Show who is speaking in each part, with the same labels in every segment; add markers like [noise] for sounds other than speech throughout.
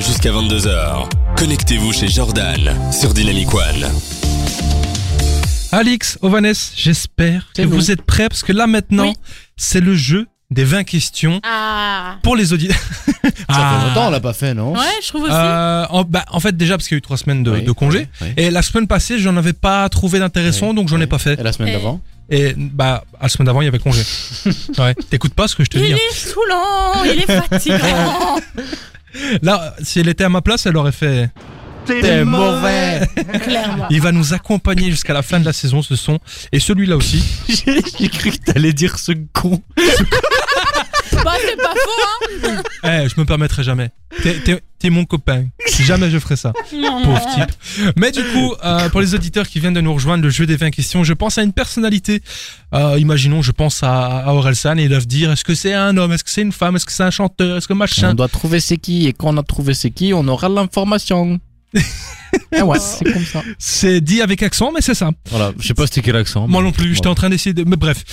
Speaker 1: jusqu'à 22h. Connectez-vous chez Jordan sur Dynamic One.
Speaker 2: Alix, Ovanes, j'espère que
Speaker 3: C'est nous.
Speaker 2: vous êtes prêts parce que là maintenant,
Speaker 4: Oui.
Speaker 2: c'est le jeu des 20 questions
Speaker 4: Ah
Speaker 2: pour les auditeurs.
Speaker 3: [laughs] Ça fait longtemps, on l'a pas fait, non
Speaker 4: Ouais, je trouve aussi.
Speaker 2: en, bah, en fait, déjà parce qu'il y a eu trois semaines de,
Speaker 3: Oui,
Speaker 2: de congé.
Speaker 3: oui, oui.
Speaker 2: Et la semaine passée, j'en avais pas trouvé d'intéressant,
Speaker 3: Oui,
Speaker 2: donc j'en ai
Speaker 3: oui.
Speaker 2: pas fait.
Speaker 3: Et la semaine
Speaker 4: Eh.
Speaker 3: d'avant
Speaker 2: Et bah, à la semaine d'avant, il y avait
Speaker 3: [laughs]
Speaker 2: congé. ouais, t'écoutes pas ce que je te
Speaker 4: il
Speaker 2: dis. hein.
Speaker 4: est saoulant, il est
Speaker 2: [laughs]
Speaker 4: fatigant.
Speaker 2: Là, si elle était à ma place, elle aurait fait.
Speaker 3: T'es mauvais
Speaker 2: [laughs]
Speaker 4: Clairement.
Speaker 2: Il va nous accompagner jusqu'à la fin de la saison, ce son. Et celui-là aussi.
Speaker 3: J'ai cru que t'allais dire ce con.
Speaker 4: Bah, c'est pas faux, hein.
Speaker 2: Eh, je me permettrai jamais. T'es- T'es t'es mon copain. Jamais je ferai ça.
Speaker 4: Non.
Speaker 2: Pauvre type. Mais du coup, euh, pour les auditeurs qui viennent de nous rejoindre, le jeu des 20 questions, je pense à une personnalité. Euh, imaginons, je pense à, à Orelsan et ils doivent dire est-ce que c'est un homme, est-ce que c'est une femme, est-ce que c'est un chanteur, est-ce que
Speaker 3: On
Speaker 2: machin.
Speaker 3: doit trouver c'est qui, et quand on a trouvé c'est qui, on aura [laughs] l'information. ah ouais, c'est comme ça.
Speaker 2: C'est dit avec accent, mais c'est ça.
Speaker 3: Voilà, je sais pas c'était quel accent.
Speaker 2: Moi non plus, j'étais en train d'essayer de. Mais bref.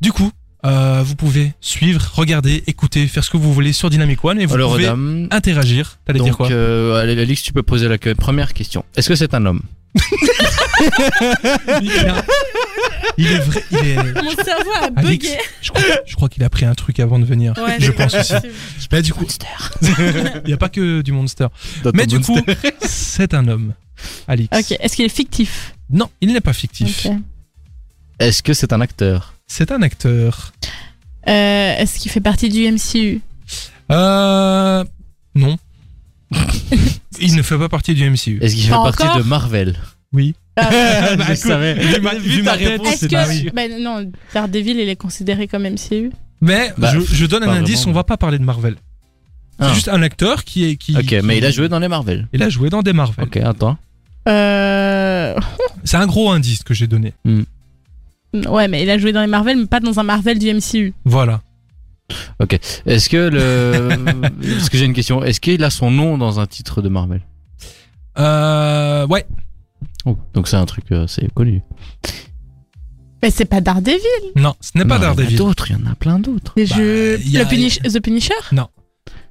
Speaker 2: Du coup. euh, vous pouvez suivre, regarder, écouter, faire ce que vous voulez sur Dynamic One et vous
Speaker 3: Alors,
Speaker 2: pouvez
Speaker 3: madame,
Speaker 2: interagir. T'allais dire
Speaker 3: donc,
Speaker 2: quoi
Speaker 3: euh, allez, Alix, tu peux poser la que- première question. Est-ce que c'est un homme euh,
Speaker 2: [laughs] il, a- il est vrai, il est.
Speaker 4: Mon cerveau a
Speaker 2: Alix,
Speaker 4: bugué.
Speaker 2: je crois, je crois qu'il a pris un truc avant de venir.
Speaker 4: Ouais,
Speaker 2: je
Speaker 4: c'est
Speaker 2: pense aussi.
Speaker 4: possible.
Speaker 2: Bah, du coup, [laughs] il n'y a pas que du monster. Mais du coup, c'est un homme, Alix.
Speaker 4: [laughs] Ok, est-ce qu'il est fictif
Speaker 2: Non, il n'est pas fictif.
Speaker 4: Ok. Euh,
Speaker 3: Est-ce que c'est un acteur
Speaker 2: C'est un acteur.
Speaker 4: Euh, Est-ce qu'il fait partie du MCU
Speaker 2: Euh.
Speaker 4: [laughs]
Speaker 2: Non. il ne fait pas partie du MCU.
Speaker 3: Est-ce qu'il fait
Speaker 4: Pas
Speaker 3: partie
Speaker 4: encore
Speaker 3: de Marvel
Speaker 2: Oui.
Speaker 3: [laughs] Je
Speaker 2: Bah, écoute,
Speaker 3: savais.
Speaker 2: vu ma- vu ma tête,
Speaker 4: Est-ce
Speaker 2: Oh, c'est pas oui.
Speaker 4: que. Bah, non, Daredevil, il est considéré comme MCU
Speaker 2: Mais
Speaker 3: Bah,
Speaker 2: je, je donne un
Speaker 3: pas
Speaker 2: indice,
Speaker 3: vraiment.
Speaker 2: on va pas parler de Marvel.
Speaker 3: Ah.
Speaker 2: C'est juste un acteur qui est. Qui,
Speaker 3: Ok,
Speaker 2: qui-
Speaker 3: mais il a joué dans les Marvel.
Speaker 2: Il a joué dans des Marvel.
Speaker 3: Ok, attends.
Speaker 4: Euh.
Speaker 2: C'est un gros indice que j'ai donné.
Speaker 4: Ouais, mais il a joué dans les Marvel, mais pas dans un Marvel du MCU.
Speaker 2: Voilà.
Speaker 3: Est-ce
Speaker 2: [laughs]
Speaker 3: que le. Parce que j'ai une question. Est-ce qu'il a son nom dans un titre de Marvel
Speaker 2: Euh. Ouais.
Speaker 3: Oh, Donc c'est un truc euh, c'est connu.
Speaker 4: Mais c'est pas Daredevil,
Speaker 2: Non, ce n'est pas
Speaker 3: Non, Il
Speaker 2: Daredevil.
Speaker 3: y en a d'autres, il y en a plein d'autres.
Speaker 4: les
Speaker 2: Bah,
Speaker 4: jeux.
Speaker 2: y a-
Speaker 4: Le Punish- The Punisher
Speaker 2: Non.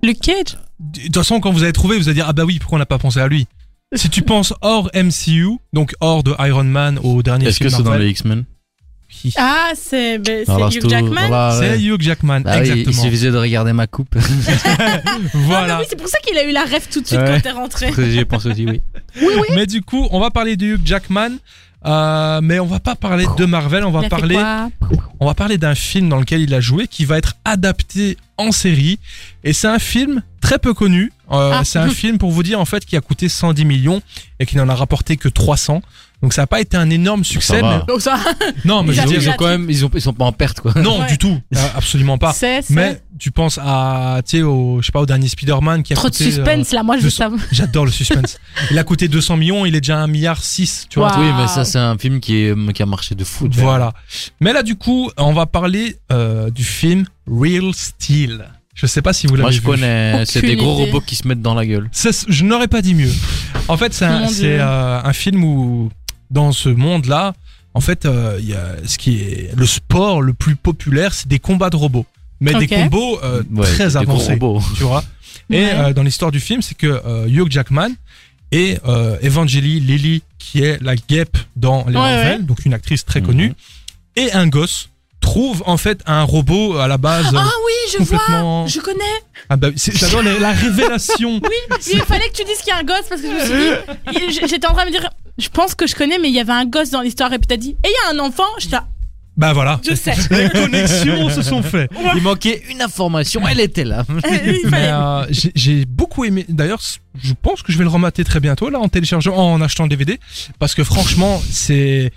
Speaker 4: Luke Cage
Speaker 2: De toute façon, quand vous allez trouver, vous allez dire Ah bah oui, pourquoi on n'a pas pensé à
Speaker 4: [laughs]
Speaker 2: lui Si tu penses hors MCU, donc hors de Iron Man au dernier
Speaker 3: Est-ce que
Speaker 2: film
Speaker 3: c'est dans
Speaker 2: Marvel,
Speaker 3: les X-Men
Speaker 2: oui.
Speaker 4: Ah, c'est ben,
Speaker 3: Dans la
Speaker 4: c'est Hugh
Speaker 3: sto-
Speaker 4: Jackman
Speaker 3: dans la-
Speaker 2: c'est Hugh Jackman,
Speaker 3: Ah oui, il
Speaker 2: exactement.
Speaker 3: suffisait de regarder ma
Speaker 4: [laughs]
Speaker 3: coupe. [laughs]
Speaker 4: Ah, mais
Speaker 2: [laughs] voilà.
Speaker 4: oui, c'est pour ça qu'il a eu la rêve tout de suite
Speaker 3: Ouais.
Speaker 4: quand t'es rentré.
Speaker 3: J'ai pensé aussi, oui.
Speaker 2: Mais du coup, on va parler de Hugh Jackman, euh, mais on va pas parler de Marvel, on
Speaker 4: Il
Speaker 2: va
Speaker 4: a fait
Speaker 2: parler,
Speaker 4: quoi
Speaker 2: on va parler d'un film dans lequel il a joué qui va être adapté en série. Et c'est un film très peu connu. Euh,
Speaker 4: Ah.
Speaker 2: C'est un film pour vous dire en fait qui a coûté 110 millions et qui n'en a rapporté que 300. Donc ça n'a pas été un énorme succès.
Speaker 3: va.
Speaker 2: mais-
Speaker 4: Donc ça,
Speaker 2: Non, mais
Speaker 4: Il
Speaker 2: je
Speaker 4: a
Speaker 2: veux
Speaker 4: fait
Speaker 2: dire,
Speaker 3: ils ont
Speaker 4: la
Speaker 3: quand même, ils, ont, ils sont pas en perte quoi.
Speaker 2: Non,
Speaker 4: Ouais.
Speaker 2: du tout, Euh, absolument pas.
Speaker 4: c'est, c'est-
Speaker 2: Mais tu penses à, tu sais, au, je sais pas, au dernier Spider-Man qui a
Speaker 4: Trop de
Speaker 2: coûté, euh,
Speaker 4: suspense là, moi je veux
Speaker 2: je-
Speaker 4: savoir.
Speaker 2: J'adore le suspense. il a coûté 200 millions, il est déjà à 1 milliard 6, tu vois.
Speaker 4: Waouh.
Speaker 3: Oui, mais ça c'est un film qui, est, qui a marché de fou. tu vois.
Speaker 2: Voilà. Mais là, du coup, on va parler euh, du film Real Steel. Je sais pas si vous l'avez
Speaker 3: Moi je
Speaker 2: vu.
Speaker 3: connais, c'est des
Speaker 4: Aucune
Speaker 3: gros
Speaker 4: idée.
Speaker 3: robots qui se mettent dans la gueule.
Speaker 2: C'est- je n'aurais pas dit mieux. En fait, c'est un,
Speaker 4: Mon
Speaker 2: c'est,
Speaker 4: Dieu.
Speaker 2: euh, un film où, dans ce monde-là, en fait, euh, il y a ce qui est le sport le plus populaire, c'est des combats de robots. Mais
Speaker 4: Ok.
Speaker 2: des combos euh,
Speaker 3: Ouais,
Speaker 2: très
Speaker 3: des gros
Speaker 2: avancés.
Speaker 4: [laughs]
Speaker 3: robots.
Speaker 2: tu vois. Et
Speaker 4: Ouais.
Speaker 2: euh, dans l'histoire du film, c'est que euh, Hugh Jackman et euh, Evangeline Lilly, qui est la guêpe dans les
Speaker 4: Ouais,
Speaker 2: Marvel, donc une actrice très
Speaker 3: Mhm.
Speaker 2: connue, et un gosse trouvent en fait un robot à la base
Speaker 4: Ah
Speaker 2: euh,
Speaker 4: oui, je vois,
Speaker 2: complètement.
Speaker 4: je connais.
Speaker 2: Ah bah, c'est- j'adore les- la
Speaker 4: [laughs]
Speaker 2: révélation.
Speaker 4: Il fallait que tu dises qu'il y a un gosse parce que je me suis dit, il- j'étais en train de me dire, je pense que je connais, mais il y avait un gosse dans l'histoire et puis t'as dit, et il y a un enfant, je t'ai-
Speaker 2: Bah voilà.
Speaker 4: je sais.
Speaker 2: Les connexions se sont faites.
Speaker 3: Il manquait une information, elle était là.
Speaker 4: Il
Speaker 2: [laughs] Mais
Speaker 4: fallait.
Speaker 2: euh, j'ai j'ai beaucoup aimé. D'ailleurs, c- je pense que je vais le remater très bientôt là en téléchargeant, en achetant le DVD, parce que franchement, c'est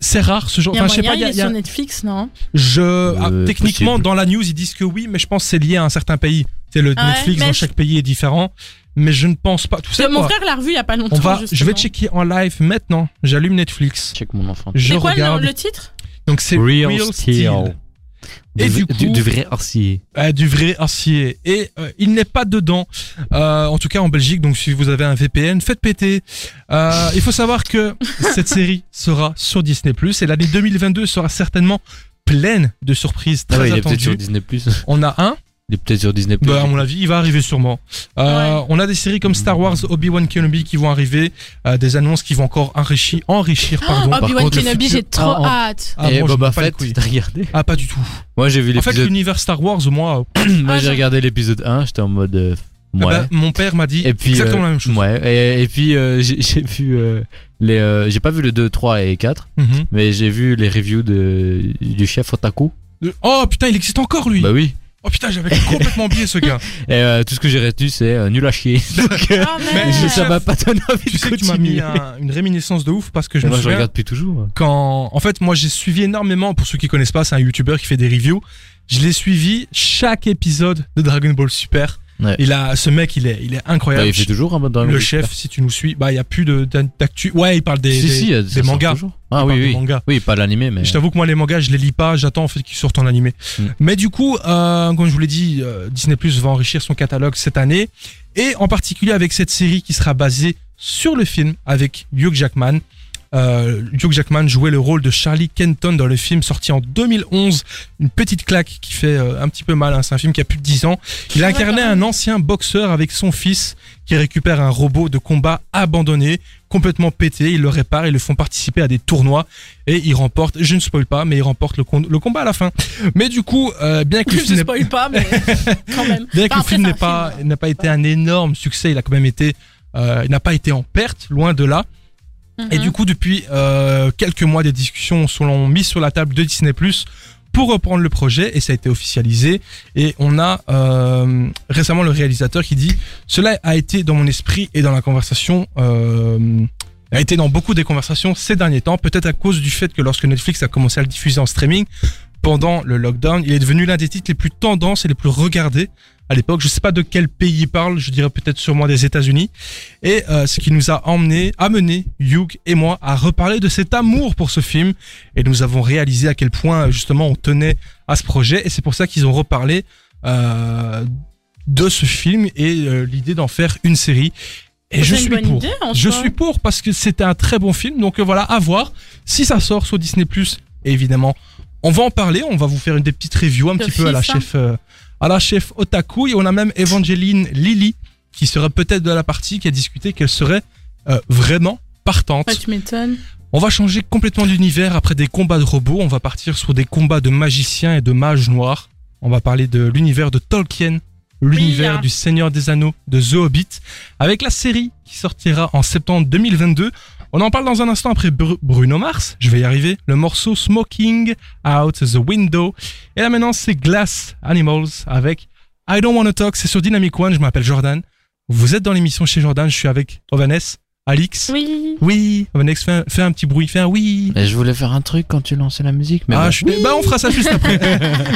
Speaker 2: c'est rare ce genre.
Speaker 4: Il y a
Speaker 2: Enfin, je sais
Speaker 4: moyen,
Speaker 2: pas. il y a-
Speaker 4: il est
Speaker 2: il y a-
Speaker 4: sur Netflix, non
Speaker 2: Je ah,
Speaker 3: Euh,
Speaker 2: techniquement
Speaker 3: possible.
Speaker 2: dans la news ils disent que oui, mais je pense que c'est lié à un certain pays. C'est le
Speaker 4: Ah ouais,
Speaker 2: Netflix
Speaker 4: mais
Speaker 2: dans
Speaker 4: je-
Speaker 2: chaque pays est différent, mais je ne pense pas. Tout ça.
Speaker 4: Mon frère l'a revu il y a pas longtemps.
Speaker 2: on va, je vais
Speaker 4: justement.
Speaker 2: checker en live maintenant. J'allume Netflix.
Speaker 3: [laughs] Check mon enfant.
Speaker 2: Je
Speaker 4: C'est quoi le-
Speaker 2: regarde.
Speaker 4: le titre
Speaker 2: Donc c'est Real, Steel, Et
Speaker 3: Et
Speaker 2: du
Speaker 3: du,
Speaker 2: coup-
Speaker 3: du vrai acier.
Speaker 2: Euh, du vrai acier. Et euh, il n'est pas dedans. Euh, en tout cas en Belgique. Donc si vous avez un VPN, faites péter. Euh, il faut savoir
Speaker 4: [laughs]
Speaker 2: que cette série sera sur Disney et l'année 2022 sera certainement pleine de surprises très
Speaker 3: Ah ouais, il est peut-être
Speaker 2: attendues.
Speaker 3: sur Disney+.
Speaker 2: On a un,
Speaker 3: Il est peut-être sur Disney
Speaker 2: Bah, à mon avis, il va arriver sûrement. Euh, On a des séries comme Star Wars, Obi-Wan Kenobi qui vont arriver, euh, des annonces qui vont encore enrichir, enrichir pardon. par
Speaker 4: Oh, Obi-Wan
Speaker 2: contre, le
Speaker 4: Kenobi,
Speaker 2: futur.
Speaker 4: j'ai trop
Speaker 3: Ah, en-
Speaker 4: hâte.
Speaker 2: Ah,
Speaker 3: Et
Speaker 2: moi, je
Speaker 3: Boba
Speaker 2: peux pas les
Speaker 3: Fett,
Speaker 2: couilles.
Speaker 3: t'as regardé
Speaker 2: Ah, pas du tout.
Speaker 3: Moi j'ai vu
Speaker 2: En fait,
Speaker 3: l'épisode.
Speaker 2: l'univers Star Wars, moi, euh,
Speaker 3: Moi
Speaker 4: Ah,
Speaker 3: j'ai
Speaker 4: je-
Speaker 3: regardé l'épisode 1, j'étais en mode. euh,
Speaker 2: eh
Speaker 3: ouais.
Speaker 2: ben, mon père m'a dit
Speaker 3: Et puis,
Speaker 2: exactement
Speaker 3: euh,
Speaker 2: la même chose.
Speaker 3: Ouais, et, et puis euh, [laughs] j'ai j'ai vu euh, les. euh, j'ai pas vu le 2, 3 et 4,
Speaker 2: Mhm.
Speaker 3: mais j'ai vu les reviews de, du chef Otaku.
Speaker 2: Euh, Oh putain, il existe encore lui.
Speaker 3: Bah oui.
Speaker 2: Oh putain, j'avais complètement oublié ce
Speaker 3: [laughs]
Speaker 2: gars.
Speaker 3: Et euh, tout ce que j'ai retenu, c'est euh, nul
Speaker 2: [laughs]
Speaker 3: à chier. Donc, euh,
Speaker 4: Ah,
Speaker 2: [laughs] Mais
Speaker 4: merde.
Speaker 2: je sais-
Speaker 3: ça m'a pas donné envie
Speaker 2: tu
Speaker 3: de
Speaker 2: sais que tu m'as
Speaker 3: continuer.
Speaker 2: mis un- une réminiscence de ouf parce que je
Speaker 3: Mais
Speaker 2: me
Speaker 3: Moi je
Speaker 2: souviens
Speaker 3: regarde depuis toujours. hein.
Speaker 2: quand en fait moi j'ai suivi énormément pour ceux qui connaissent pas c'est un youtubeur qui fait des reviews je l'ai suivi chaque épisode de Dragon Ball Super
Speaker 3: Ouais.
Speaker 2: et là ce mec il est il est
Speaker 3: Bah,
Speaker 2: incroyable
Speaker 3: il fait toujours un mode dans
Speaker 2: le chef si tu nous suis bah il y a plus de d'actu ouais il parle des
Speaker 3: Si,
Speaker 2: des,
Speaker 3: si,
Speaker 2: des
Speaker 3: ça sort
Speaker 2: mangas
Speaker 3: toujours. Ah
Speaker 2: Il
Speaker 3: oui,
Speaker 2: parle des
Speaker 3: oui.
Speaker 2: mangas.
Speaker 3: Oui, pas l'animé, mais.
Speaker 2: Je t'avoue que moi les mangas je les lis pas, j'attends en fait qu'ils sortent en animé.
Speaker 3: Mm.
Speaker 2: Mais du coup, euh, comme je vous l'ai dit, euh, Disney Plus va enrichir son catalogue cette année et en particulier avec cette série qui sera basée sur le film avec Hugh Jackman. Euh, Hugh Jackman jouait le rôle de Charlie Kenton dans le film sorti en 2011, une petite claque qui fait euh, un petit peu mal. hein. C'est un film qui a plus de 10 ans. Il
Speaker 4: Ouais,
Speaker 2: incarnait
Speaker 4: Ah, quand
Speaker 2: un
Speaker 4: même.
Speaker 2: ancien boxeur avec son fils qui récupère un robot de combat abandonné, complètement pété. Ils le réparent, ils le font participer à des tournois et ils remportent. Je ne spoil pas, mais ils remportent le, con- le combat à la fin. Mais du coup, euh, bien que le
Speaker 4: [laughs] Je
Speaker 2: film n'ait-
Speaker 4: spoil
Speaker 2: [laughs]
Speaker 4: pas, mais quand même.
Speaker 2: bien que
Speaker 4: Enfin,
Speaker 2: le
Speaker 4: après,
Speaker 2: film
Speaker 4: c'est
Speaker 2: n'ait
Speaker 4: un
Speaker 2: pas
Speaker 4: film.
Speaker 2: n'a pas été un énorme succès, il a quand même été euh, il n'a pas été en perte, loin de là.
Speaker 4: Mhm.
Speaker 2: Et du coup, depuis euh, quelques mois, des discussions sont mises sur la table de Disney Plus pour reprendre le projet et ça a été officialisé. Et on a euh, récemment le réalisateur qui dit Cela a été dans mon esprit et dans la conversation. euh, a été dans beaucoup des conversations ces derniers temps, peut-être à cause du fait que lorsque Netflix a commencé à le diffuser en streaming, pendant le lockdown, il est devenu l'un des titres les plus tendances et les plus regardés à l'époque. Je sais pas de quel pays il parle, je dirais peut-être sûrement des États-Unis. Et euh, ce qui nous a emmené, amené Hugh et moi à reparler de cet amour pour ce film. Et nous avons réalisé à quel point justement on tenait à ce projet. Et c'est pour ça qu'ils ont reparlé euh, de ce film et euh, l'idée d'en faire une série. Et je
Speaker 4: C'est une
Speaker 2: suis
Speaker 4: bonne
Speaker 2: pour.
Speaker 4: idée, en
Speaker 2: Je
Speaker 4: soi.
Speaker 2: suis pour parce que c'était un très bon film. Donc euh, voilà, à voir si ça sort sur Disney Plus. Évidemment, on va en parler. On va vous faire une des petites reviews un petit peu à la
Speaker 4: D'office, hein.
Speaker 2: chef, euh, à la chef otaku. Et on a même Evangeline Lily qui serait peut-être de la partie qui a discuté qu'elle serait euh, vraiment partante.
Speaker 4: Ouais, tu m'étonnes.
Speaker 2: On va changer complètement d'univers après des combats de robots. On va partir sur des combats de magiciens et de mages noirs. On va parler de l'univers de Tolkien, l'univers
Speaker 4: hein.
Speaker 2: du Seigneur des Anneaux, de The Hobbit, avec la série qui sortira en septembre 2022. On en parle dans un instant après Bru- Bruno Mars, je vais y arriver, le morceau Smoking Out the Window. Et là maintenant c'est Glass Animals avec I Don't Wanna Talk, c'est sur Dynamic One, je m'appelle Jordan. Vous êtes dans l'émission chez Jordan, je suis avec Ovanes, Alix.
Speaker 4: Oui.
Speaker 2: Oui, Ovanex, fais, un- fais un petit bruit, fais un oui.
Speaker 3: Mais je voulais faire un truc quand tu lançais la musique, mais.
Speaker 2: ah,
Speaker 3: bon.
Speaker 2: je suis- Bah, on fera ça juste après.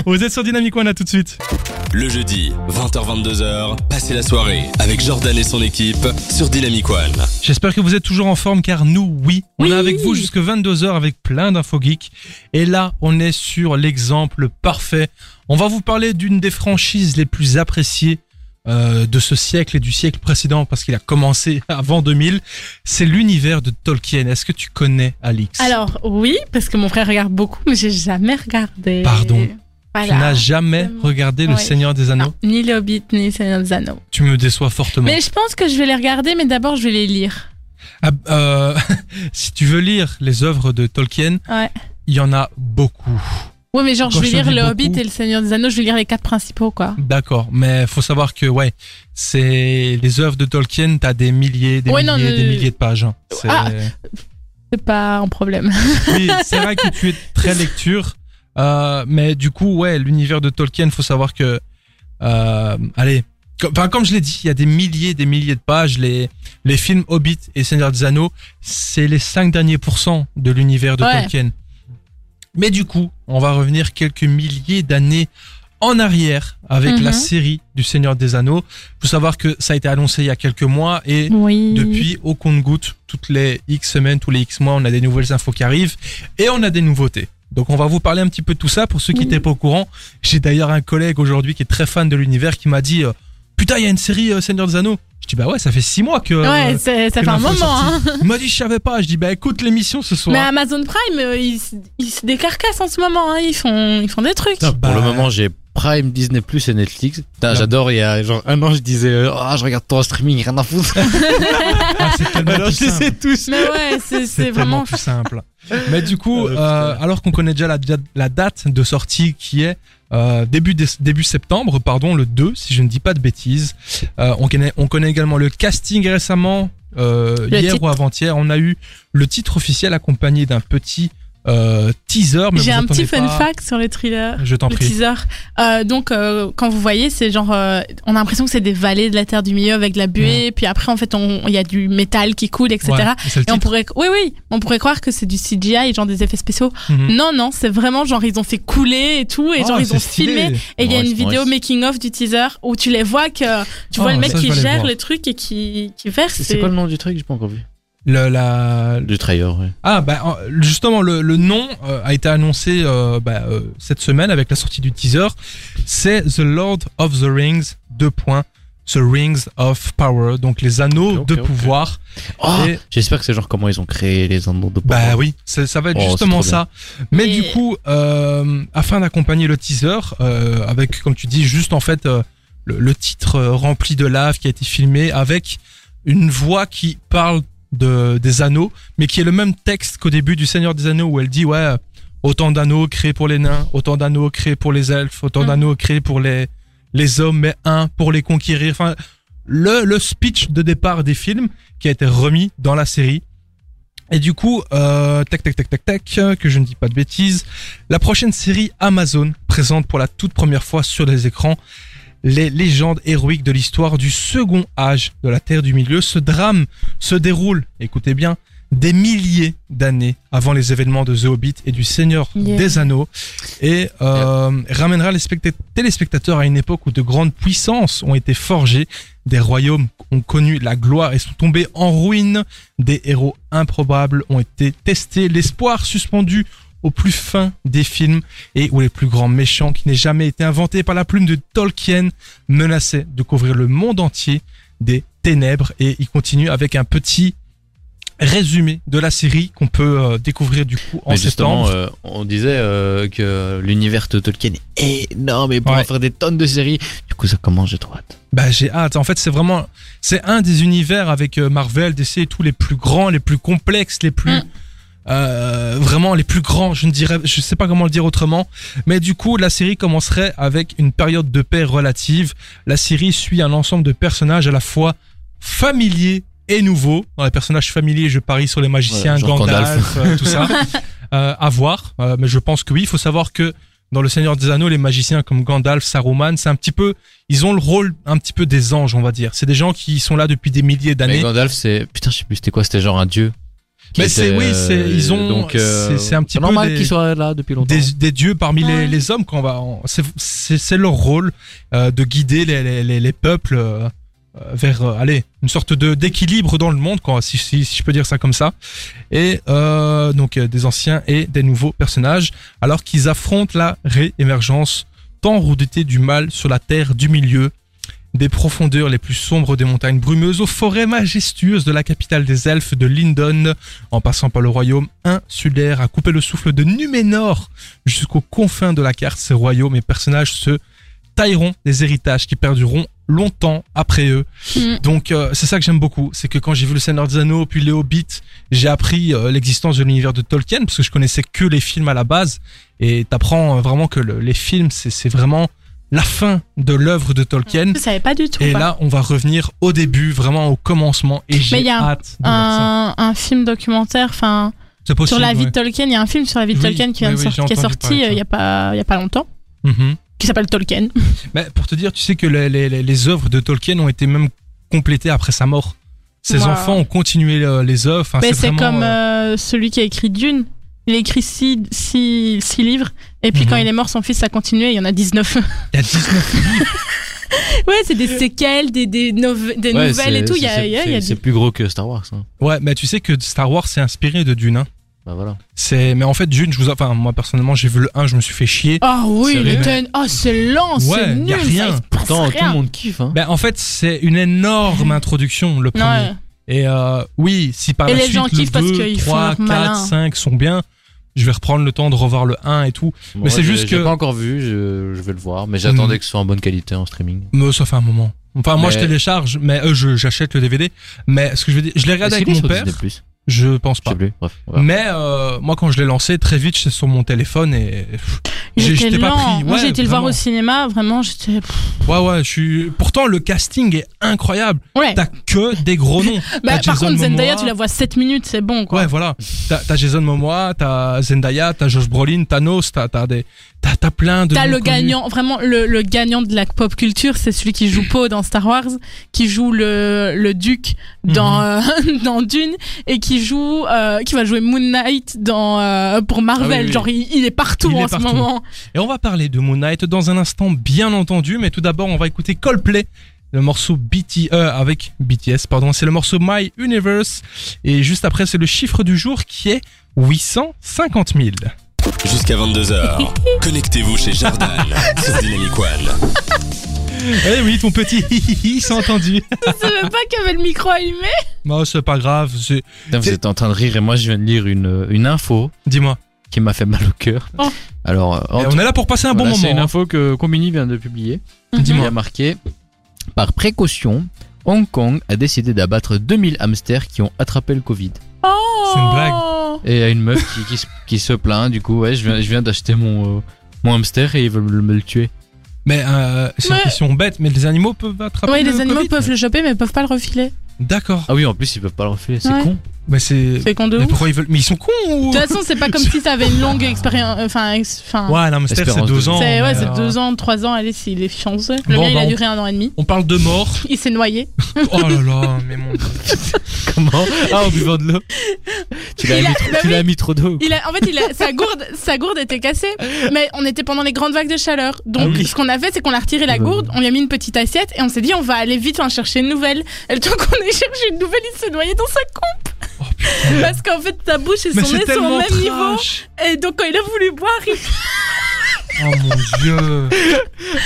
Speaker 2: Vous êtes sur Dynamic One, à tout de suite.
Speaker 1: Le jeudi, 20h-22h, passez la soirée avec Jordan et son équipe sur Dynamic One.
Speaker 2: J'espère que vous êtes toujours en forme car nous, oui, on est avec vous jusque 22h avec plein d'infos geeks. Et là, on est sur l'exemple parfait. On va vous parler d'une des franchises les plus appréciées euh, de ce siècle et du siècle précédent parce qu'il a commencé [laughs] avant 2000. C'est l'univers de Tolkien. Est-ce que tu connais Alix
Speaker 4: Alors, oui, parce que mon frère regarde beaucoup, mais j'ai jamais regardé.
Speaker 2: Pardon. Tu
Speaker 4: Voilà.
Speaker 2: n'as jamais
Speaker 4: Exactement.
Speaker 2: regardé Le
Speaker 4: Ouais.
Speaker 2: Seigneur des Anneaux
Speaker 4: Non, ni les Hobbits, ni Seigneur des Anneaux.
Speaker 2: Tu me déçois fortement.
Speaker 4: Mais je pense que je vais les regarder, mais d'abord je vais les lire.
Speaker 2: Ah, euh, [laughs] si tu veux lire les œuvres de Tolkien,
Speaker 4: Ouais.
Speaker 2: il y en a beaucoup.
Speaker 4: Ouais, mais genre
Speaker 2: Quand
Speaker 4: je vais
Speaker 2: je te
Speaker 4: lire
Speaker 2: dis
Speaker 4: le
Speaker 2: beaucoup-
Speaker 4: Hobbit et le Seigneur des Anneaux, je vais lire les quatre principaux, quoi.
Speaker 2: D'accord, mais faut savoir que ouais, c'est les œuvres de Tolkien, t'as des milliers, des
Speaker 4: Ouais,
Speaker 2: milliers,
Speaker 4: non, mais-
Speaker 2: des milliers de pages. hein. C'est-
Speaker 4: Ah. C'est pas un problème.
Speaker 2: Oui, c'est vrai que tu es très lecture, euh, mais du coup ouais, l'univers de Tolkien, faut savoir que, euh, allez, comme, enfin, comme je l'ai dit, il y a des milliers, des milliers de pages. Les les films Hobbit et Seigneur des Anneaux, c'est les 5 derniers pourcents de l'univers de
Speaker 4: Ouais.
Speaker 2: Tolkien. Mais du coup, on va revenir quelques milliers d'années en arrière avec la
Speaker 4: Mhm.
Speaker 2: série du Seigneur des Anneaux. faut savoir que ça a été annoncé il y a quelques mois et
Speaker 4: [laughs] Oui.
Speaker 2: depuis, au compte-goutte, toutes les X semaines, tous les X mois, on a des nouvelles infos qui arrivent et on a des nouveautés. Donc on va vous parler un petit peu de tout ça pour ceux
Speaker 4: Mm.
Speaker 2: qui n'étaient pas au courant. J'ai d'ailleurs un collègue aujourd'hui qui est très fan de l'univers qui m'a dit euh, Putain, il y a une série euh, Seigneur des Anneaux. Je dis Bah ouais, ça fait six mois que. euh,
Speaker 4: Ouais, c'est- ça
Speaker 2: que
Speaker 4: fait un
Speaker 2: l'info est
Speaker 4: moment,
Speaker 2: sortie.
Speaker 4: hein.
Speaker 2: Il m'a dit Je savais pas. Je dis Bah écoute l'émission ce soir.
Speaker 4: Mais Amazon Prime, euh, ils, se- ils se décarcassent en ce moment, hein. ils, font, ils font des trucs.
Speaker 3: Putain,
Speaker 2: Bah-
Speaker 3: Pour le moment, j'ai Prime, Disney Plus et Netflix. Putain,
Speaker 2: Non.
Speaker 3: J'adore, il y a genre un an, je disais euh, Ah, je regarde ton streaming, rien à
Speaker 2: [laughs]
Speaker 3: foutre.
Speaker 2: Ah, c'est tellement
Speaker 3: Alors,
Speaker 2: plus
Speaker 3: je les [laughs]
Speaker 2: simple.
Speaker 3: ai tous.
Speaker 4: Mais ouais, c'est- c'est
Speaker 2: C'est tellement
Speaker 4: vraiment.
Speaker 2: plus
Speaker 4: [laughs]
Speaker 2: simple. Mais du coup,
Speaker 3: Euh,
Speaker 2: euh, alors qu'on connaît déjà la, da- la date de sortie qui est euh, début, dé- début septembre, pardon, le 2, si je ne dis pas de bêtises. Euh, on, connaît, on connaît également le casting récemment, euh,
Speaker 4: Le
Speaker 2: hier
Speaker 4: titre.
Speaker 2: ou avant-hier. On a eu le titre officiel accompagné d'un petit euh, teaser. mais
Speaker 4: J'ai
Speaker 2: vous
Speaker 4: un petit
Speaker 2: attendez
Speaker 4: fun
Speaker 2: pas.
Speaker 4: fact sur les thrillers.
Speaker 2: Je t'en
Speaker 4: le
Speaker 2: prie.
Speaker 4: teaser. Euh, donc, euh, quand vous voyez, c'est genre, euh, on a l'impression que c'est des vallées de la terre du milieu avec de la buée, puis après, en fait, on- il y a du métal qui coule, etc.
Speaker 2: Ouais, c'est le
Speaker 4: Et on
Speaker 2: titre.
Speaker 4: pourrait, oui, oui, on pourrait croire que c'est du CGI, genre des effets spéciaux.
Speaker 2: Mhm.
Speaker 4: Non, non, c'est vraiment genre ils ont fait couler et tout, et
Speaker 2: Oh,
Speaker 4: genre ils
Speaker 2: c'est
Speaker 4: ont
Speaker 2: stylé.
Speaker 4: filmé. Et il y a
Speaker 3: Ouais,
Speaker 4: une
Speaker 3: c'est-
Speaker 4: vidéo
Speaker 3: ouais, c'est-
Speaker 4: making of du teaser où tu les vois que tu
Speaker 2: Oh,
Speaker 4: vois le mec
Speaker 2: ça, je
Speaker 4: qui
Speaker 2: vais aller
Speaker 4: gère
Speaker 2: voir.
Speaker 4: le truc et qui, qui verse.
Speaker 3: C'est
Speaker 4: et-
Speaker 3: quoi le nom du truc J'ai pas encore vu.
Speaker 2: Le- la,
Speaker 3: Du trailer, ouais.
Speaker 2: Ah bah euh, justement le, le nom euh, a été annoncé euh, bah, euh, cette semaine avec la sortie du teaser. C'est The Lord of the Rings 2. The Rings of Power, donc les anneaux
Speaker 3: Ok,
Speaker 2: de
Speaker 3: ok, ok.
Speaker 2: pouvoir.
Speaker 3: Oh,
Speaker 2: Et-
Speaker 3: J'espère que c'est genre comment ils ont créé les anneaux de
Speaker 2: Bah
Speaker 3: pouvoir.
Speaker 2: oui, ça, ça va être
Speaker 3: Oh, c'est
Speaker 2: justement
Speaker 3: trop bien.
Speaker 2: ça. Mais
Speaker 4: Et-
Speaker 2: du coup, euh, afin d'accompagner le teaser, euh, avec comme tu dis juste en fait euh, le, le titre euh, rempli de lave qui a été filmé avec une voix qui parle de des anneaux, mais qui est le même texte qu'au début du Seigneur des Anneaux où elle dit ouais euh, autant d'anneaux créés pour les nains, autant d'anneaux créés pour les elfes, autant
Speaker 4: Mhm.
Speaker 2: d'anneaux créés pour les les hommes, mais un pour les conquérir. Enfin, le, le speech de départ des films qui a été remis dans la série. Et du coup, euh, tac, tac, tac, tac, tac, euh, que je ne dis pas de bêtises, la prochaine série Amazon présente pour la toute première fois sur les écrans les légendes héroïques de l'histoire du second âge de la Terre du Milieu. Ce drame se déroule, écoutez bien, des milliers d'années avant les événements de The Hobbit et du Seigneur
Speaker 4: Yeah.
Speaker 2: des Anneaux et euh, ramènera les specta- téléspectateurs à une époque où de grandes puissances ont été forgées, des royaumes ont connu la gloire et sont tombés en ruine, des héros improbables ont été testés, l'espoir suspendu au plus fin des films et où les plus grands méchants qui n'aient jamais été inventés par la plume de Tolkien menaçaient de couvrir le monde entier des ténèbres et il continue avec un petit résumé de la série qu'on peut euh, découvrir du coup en
Speaker 3: Mais
Speaker 2: septembre.
Speaker 3: justement, euh, on disait euh, que l'univers de Tolkien est énorme et pour
Speaker 2: Ouais.
Speaker 3: faire des tonnes de séries. Du coup, ça commence, j'ai trop hâte.
Speaker 2: Bah j'ai hâte. En fait, c'est vraiment, c'est un des univers avec euh, Marvel, DC et tout les plus grands, les plus complexes, les plus
Speaker 4: Mm.
Speaker 2: euh, vraiment les plus grands. Je ne dirais, je sais pas comment le dire autrement. Mais du coup, la série commencerait avec une période de paix relative. La série suit un ensemble de personnages à la fois familiers et nouveaux. Dans les personnages familiers, je parie sur les magiciens,
Speaker 3: Ouais, genre
Speaker 2: Gandalf, euh, tout
Speaker 3: [laughs]
Speaker 2: ça. Euh, à voir, Euh, mais je pense que oui. Il faut savoir que dans Le Seigneur des Anneaux, les magiciens comme Gandalf, Saruman, c'est un petit peu, ils ont le rôle un petit peu des anges, on va dire. C'est des gens qui sont là depuis des milliers
Speaker 3: Mais
Speaker 2: d'années.
Speaker 3: Gandalf, c'est. Putain, je sais plus, c'était quoi C'était genre un dieu. qui
Speaker 2: Mais c'est-
Speaker 3: était,
Speaker 2: oui, c'est-
Speaker 3: euh,
Speaker 2: ils ont-
Speaker 3: donc, euh,
Speaker 2: c'est- c'est un petit peu
Speaker 3: normal
Speaker 2: des-
Speaker 3: qu'ils soient là depuis longtemps.
Speaker 2: Des, des dieux parmi les,
Speaker 4: Ouais.
Speaker 2: les hommes, qu'on va, en- c'est- c'est c'est leur rôle euh, de guider les, les, les, les peuples euh, euh, vers, euh, allez, une sorte de d'équilibre dans le monde, quoi, si, si, si je peux dire ça comme ça. Et euh, donc euh, des anciens et des nouveaux personnages, alors qu'ils affrontent la réémergence tant redoutée du mal sur la terre du milieu. Des profondeurs les plus sombres des montagnes brumeuses aux forêts majestueuses de la capitale des elfes de Lindon, en passant par le royaume insulaire à couper le souffle de Numénor jusqu'aux confins de la carte, ces royaumes et personnages se tailleront des héritages qui perdureront longtemps après eux.
Speaker 4: Mm.
Speaker 2: Donc euh, c'est ça que j'aime beaucoup, c'est que quand j'ai vu le Seigneur des Anneaux puis les Hobbits, j'ai appris euh, l'existence de l'univers de Tolkien parce que je connaissais que les films à la base et t'apprends euh, vraiment que le- les films c'est c'est vraiment la fin de l'œuvre de Tolkien.
Speaker 4: Je savais pas du tout.
Speaker 2: Et
Speaker 4: par
Speaker 2: là, on va revenir au début, vraiment au commencement, et
Speaker 4: il
Speaker 2: j'ai
Speaker 4: y a un-
Speaker 2: hâte de voir ça.
Speaker 4: un, un film documentaire, enfin
Speaker 2: C'est
Speaker 4: sur
Speaker 2: possible,
Speaker 4: la vie
Speaker 2: ouais.
Speaker 4: de Tolkien. Il y a un film sur la vie de
Speaker 2: Oui,
Speaker 4: Tolkien qui, vient
Speaker 2: oui,
Speaker 4: de
Speaker 2: oui,
Speaker 4: sorti-
Speaker 2: j'ai
Speaker 4: qui est
Speaker 2: entendu parler
Speaker 4: sorti
Speaker 2: de
Speaker 4: euh, il y a pas il y a pas longtemps,
Speaker 2: Mhm.
Speaker 4: qui s'appelle Tolkien.
Speaker 2: Mais pour te dire, tu sais que les, les- les- les œuvres de Tolkien ont été même complétées après sa mort. Ses
Speaker 4: Wow.
Speaker 2: enfants ont continué euh, les œuvres. Enfin,
Speaker 4: Mais Ben, c'est
Speaker 2: vraiment,
Speaker 4: comme
Speaker 2: euh,
Speaker 4: euh, celui qui a écrit Dune. Il a écrit 6 six, six livres, et puis
Speaker 2: Mhm.
Speaker 4: quand il est mort, son fils a continué, il y en a [laughs] 19.
Speaker 2: Il y a 19
Speaker 4: ouais, c'est des séquelles, des, des, nove- des
Speaker 3: Ouais,
Speaker 4: nouvelles et
Speaker 3: c'est-
Speaker 4: tout. Il y a,
Speaker 3: c'est-
Speaker 4: il y a- il y a
Speaker 3: C'est c'est
Speaker 4: du-
Speaker 3: plus gros que Star Wars. hein.
Speaker 2: Ouais, mais tu sais que Star Wars s'est inspiré de Dune. hein.
Speaker 3: Bah voilà.
Speaker 2: C'est, mais en fait, Dune, je vous, enfin, moi personnellement, j'ai vu le 1, je me suis fait chier.
Speaker 4: Ah oui,
Speaker 3: C'est
Speaker 4: le
Speaker 3: vrai.
Speaker 4: ten. Oh, c'est lent, c'est
Speaker 2: Ouais,
Speaker 4: nul.
Speaker 2: y a rien.
Speaker 4: Ça, Bah, il se passe
Speaker 3: Pourtant, tout
Speaker 4: rien.
Speaker 3: le monde kiffe. Hein.
Speaker 2: Ben, en fait, c'est une
Speaker 4: [laughs]
Speaker 2: énorme introduction, le premier.
Speaker 4: Ouais.
Speaker 2: Et euh, oui, si par
Speaker 4: Et
Speaker 2: la
Speaker 4: les
Speaker 2: suite,
Speaker 4: gens
Speaker 2: le
Speaker 4: kiffent parce
Speaker 2: 2,
Speaker 4: qu'ils font
Speaker 2: 3,
Speaker 4: leur
Speaker 2: 4,
Speaker 4: malin.
Speaker 2: 5 sont bien, je vais reprendre le temps de revoir le 1 et tout.
Speaker 3: Bon,
Speaker 2: Mais c'est
Speaker 3: j'ai-
Speaker 2: juste
Speaker 3: j'ai
Speaker 2: que- Hmm.
Speaker 3: pas encore vu, je, je vais le voir, mais j'attendais que ce soit en bonne qualité en streaming.
Speaker 2: Mais ça fait un moment. Enfin, moi,
Speaker 3: Mais-
Speaker 2: je télécharge, mais euh, je- j'achète le DVD. Mais ce que je veux dire, je l'ai regardé
Speaker 3: Est-ce
Speaker 2: avec
Speaker 3: qu'il est
Speaker 2: mon
Speaker 3: sur
Speaker 2: père.
Speaker 3: Disney Plus
Speaker 2: Je pense
Speaker 3: Je
Speaker 2: pas.
Speaker 3: sais plus. Bref. on verra.
Speaker 2: Mais euh, moi, quand je l'ai lancé, très vite, j'étais sur mon téléphone et pff, j'ai-
Speaker 4: J'étais
Speaker 2: j'étais pas
Speaker 4: lent. hein.
Speaker 2: pris.
Speaker 4: Moi,
Speaker 2: Ouais,
Speaker 4: j'ai été le voir
Speaker 2: vraiment.
Speaker 4: au cinéma, vraiment, j'étais. pff,
Speaker 2: Ouais, ouais. Je suis. Pourtant, le casting est incroyable.
Speaker 4: Ouais.
Speaker 2: T'as que des gros noms.
Speaker 4: [laughs] Bah,
Speaker 2: T'as
Speaker 4: par
Speaker 2: Jason
Speaker 4: contre, Zendaya,
Speaker 2: Momoa.
Speaker 4: tu la vois 7 minutes, c'est bon, quoi.
Speaker 2: Ouais, voilà. T'as t'as Jason Momoa, t'as Zendaya, t'as Josh Brolin, t'as Nos, t'as t'as des, t'as t'as plein de.
Speaker 4: T'as
Speaker 2: noms
Speaker 4: le
Speaker 2: connus.
Speaker 4: gagnant, vraiment le, le gagnant de la pop culture, c'est celui qui joue Poe dans Star Wars, qui joue le, le duc
Speaker 2: Mhm.
Speaker 4: dans, euh, [laughs] dans Dune et qui joue, euh, qui va jouer Moon Knight dans euh, pour Marvel.
Speaker 3: Ah oui, oui, oui.
Speaker 4: Genre il, il est partout
Speaker 2: Il est
Speaker 4: en
Speaker 2: partout.
Speaker 4: ce moment.
Speaker 2: Et on va parler de Moon Knight dans un instant, bien entendu. Mais tout d'abord, on va écouter Coldplay, le morceau BTE avec BTS, pardon. C'est le morceau My Universe. Et juste après, c'est le chiffre du jour qui est 850 000.
Speaker 1: Jusqu'à 22h, connectez-vous chez Jordan sur Dynamic One.
Speaker 2: Eh oui, ton petit hihihi, c'est entendu.
Speaker 4: Je savais pas qu'il y avait le micro allumé.
Speaker 2: Non, c'est pas grave. Hmm. c'est-
Speaker 3: Putain, vous êtes en train de rire et moi je viens de lire une, une info
Speaker 2: Dis-moi.
Speaker 3: qui m'a fait mal au cœur.
Speaker 4: Oh.
Speaker 3: Alors, euh, en
Speaker 2: Eh,
Speaker 3: tout-
Speaker 2: on est là pour passer un
Speaker 3: voilà,
Speaker 2: bon
Speaker 3: c'est une
Speaker 2: moment. hein.
Speaker 3: info que Combini vient de publier.
Speaker 4: Mhm.
Speaker 3: Il y a
Speaker 2: Dis-moi.
Speaker 3: marqué Par précaution, Hong Kong a décidé d'abattre 2000 hamsters qui ont attrapé le Covid.
Speaker 4: Oh.
Speaker 2: C'est une blague.
Speaker 3: Et il y a une meuf qui, qui, se- qui se plaint, du coup, ouais, je viens, je viens d'acheter mon, euh, mon hamster et ils veulent me, me le tuer.
Speaker 2: Mais euh, c'est une
Speaker 4: Ouais.
Speaker 2: question bête, mais les animaux peuvent attraper.
Speaker 4: Ouais,
Speaker 2: le
Speaker 4: les animaux
Speaker 2: Covid
Speaker 4: peuvent le choper, mais ils peuvent pas le refiler.
Speaker 2: D'accord.
Speaker 3: Ah oui, en plus, ils peuvent pas le refiler, c'est
Speaker 4: Ouais.
Speaker 3: con. [laughs]
Speaker 2: Mais c'est.
Speaker 4: C'est con de
Speaker 2: Mais
Speaker 4: ouf.
Speaker 2: pourquoi ils veulent. Mais ils sont cons ou.
Speaker 4: De toute façon, c'est pas
Speaker 2: [laughs]
Speaker 4: comme si ça avait une longue expérience. Enfin, ex- enfin.
Speaker 2: Ouais, non, mais c'est
Speaker 3: Espérance
Speaker 2: deux
Speaker 3: de-
Speaker 2: ans.
Speaker 4: c'est ouais,
Speaker 2: mais,
Speaker 4: c'est
Speaker 2: euh,
Speaker 4: deux ans, trois ans. Allez, s'il est chanceux. Le
Speaker 2: Bon,
Speaker 4: mien, il
Speaker 2: bah,
Speaker 4: a
Speaker 2: on-
Speaker 4: duré un an et demi.
Speaker 2: On parle de mort.
Speaker 4: Il s'est noyé.
Speaker 2: Oh là là, mais mon.
Speaker 3: Comment Ah, en buvant de l'eau.
Speaker 4: [laughs]
Speaker 3: Tu l'as
Speaker 4: Il
Speaker 3: mis,
Speaker 4: a-
Speaker 3: trop-
Speaker 4: bah
Speaker 3: tu
Speaker 4: oui.
Speaker 3: l'as mis trop d'eau.
Speaker 4: Il a, en fait, il a, sa, gourde, sa gourde était cassée, mais on était pendant les grandes vagues de chaleur. Donc,
Speaker 3: Ah oui.
Speaker 4: ce qu'on a fait, c'est qu'on a retiré la
Speaker 3: Ah bah
Speaker 4: gourde, on lui a mis une petite assiette et on s'est dit, on va aller vite en chercher une nouvelle. Et le temps qu'on ait cherché une nouvelle, il s'est noyé dans sa coupe.
Speaker 2: Oh,
Speaker 4: Parce qu'en fait, sa bouche et
Speaker 2: Mais
Speaker 4: son
Speaker 2: c'est
Speaker 4: nez sont au
Speaker 2: tellement
Speaker 4: même niveau.
Speaker 2: trash.
Speaker 4: Et donc, quand il a voulu boire, il
Speaker 2: Oh mon dieu.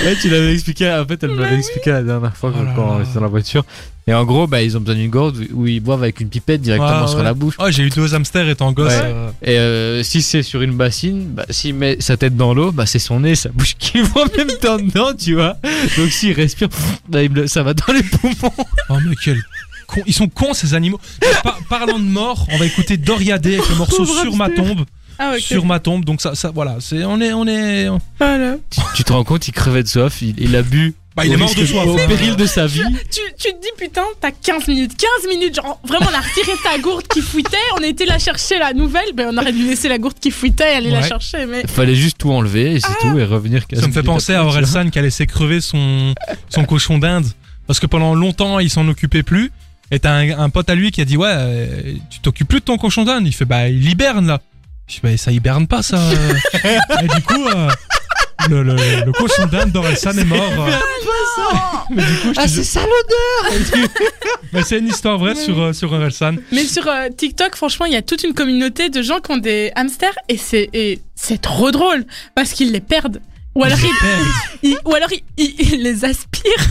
Speaker 3: Ouais, tu l'avais expliqué, en fait, elle me
Speaker 4: Bah
Speaker 3: l'avait expliqué la dernière fois
Speaker 2: Oh là
Speaker 3: quand on
Speaker 2: là.
Speaker 3: était dans la voiture. Et en gros, bah, ils ont besoin d'une gourde où ils boivent avec une pipette directement
Speaker 2: Ouais,
Speaker 3: sur
Speaker 2: ouais.
Speaker 3: la bouche.
Speaker 2: Oh, j'ai eu deux hamsters étant gosse.
Speaker 3: Ouais.
Speaker 2: euh,
Speaker 3: Et euh, si c'est sur une bassine, bah, s'il met sa tête dans l'eau, bah, c'est son nez, sa bouche qui [laughs] va en même temps dedans, tu vois. Donc s'il respire, pff, bah, il me- ça va dans les poumons.
Speaker 2: Oh, mais quel. con- Ils sont cons ces animaux. Par- parlant de mort, on va écouter Doria Day avec le morceau
Speaker 4: Pauvre
Speaker 2: sur ma
Speaker 4: hamster.
Speaker 2: tombe.
Speaker 4: Ah, ok.
Speaker 2: Sur ma tombe, donc ça, ça voilà, c'est on est, on est.
Speaker 4: Voilà.
Speaker 3: Tu, tu te rends compte, il crevait de soif, il, il a bu.
Speaker 2: Bah, il est
Speaker 3: au
Speaker 2: mort
Speaker 3: risque-
Speaker 2: de soif.
Speaker 3: Au
Speaker 2: hein.
Speaker 3: péril de sa vie.
Speaker 4: Tu, tu te dis, putain, t'as 15 minutes. 15 minutes, genre, vraiment, on a retiré ta gourde qui fuitait, on était là chercher la nouvelle, ben, on aurait dû laisser la gourde qui fuitait et aller la
Speaker 2: Ouais.
Speaker 4: chercher, mais.
Speaker 3: Fallait juste tout enlever et
Speaker 4: Ah.
Speaker 3: c'est tout, et revenir.
Speaker 2: Ça me fait penser à
Speaker 3: [laughs]
Speaker 2: Orelsan qui a laissé crever son, son cochon d'Inde. Parce que pendant longtemps, il s'en occupait plus. Et t'as un, un pote à lui qui a dit Ouais, euh, tu t'occupes plus de ton cochon d'Inde. Il fait Bah, il hiberne là. Je dis Bah, ça hiberne pas ça. et du coup, euh, le, le- le cochon d'Inde d'Orelsan est mort. Mais du coup, je te jure-
Speaker 3: ça l'odeur
Speaker 2: [laughs] mais c'est une histoire vraie sur, euh, sur Orelsan.
Speaker 4: Mais sur euh, TikTok, franchement, il y a toute une communauté de gens qui ont des hamsters et c'est et c'est trop drôle parce qu'ils les perdent. Ou alors ils, [laughs] ils- ou alors ils, ils- ils les aspirent.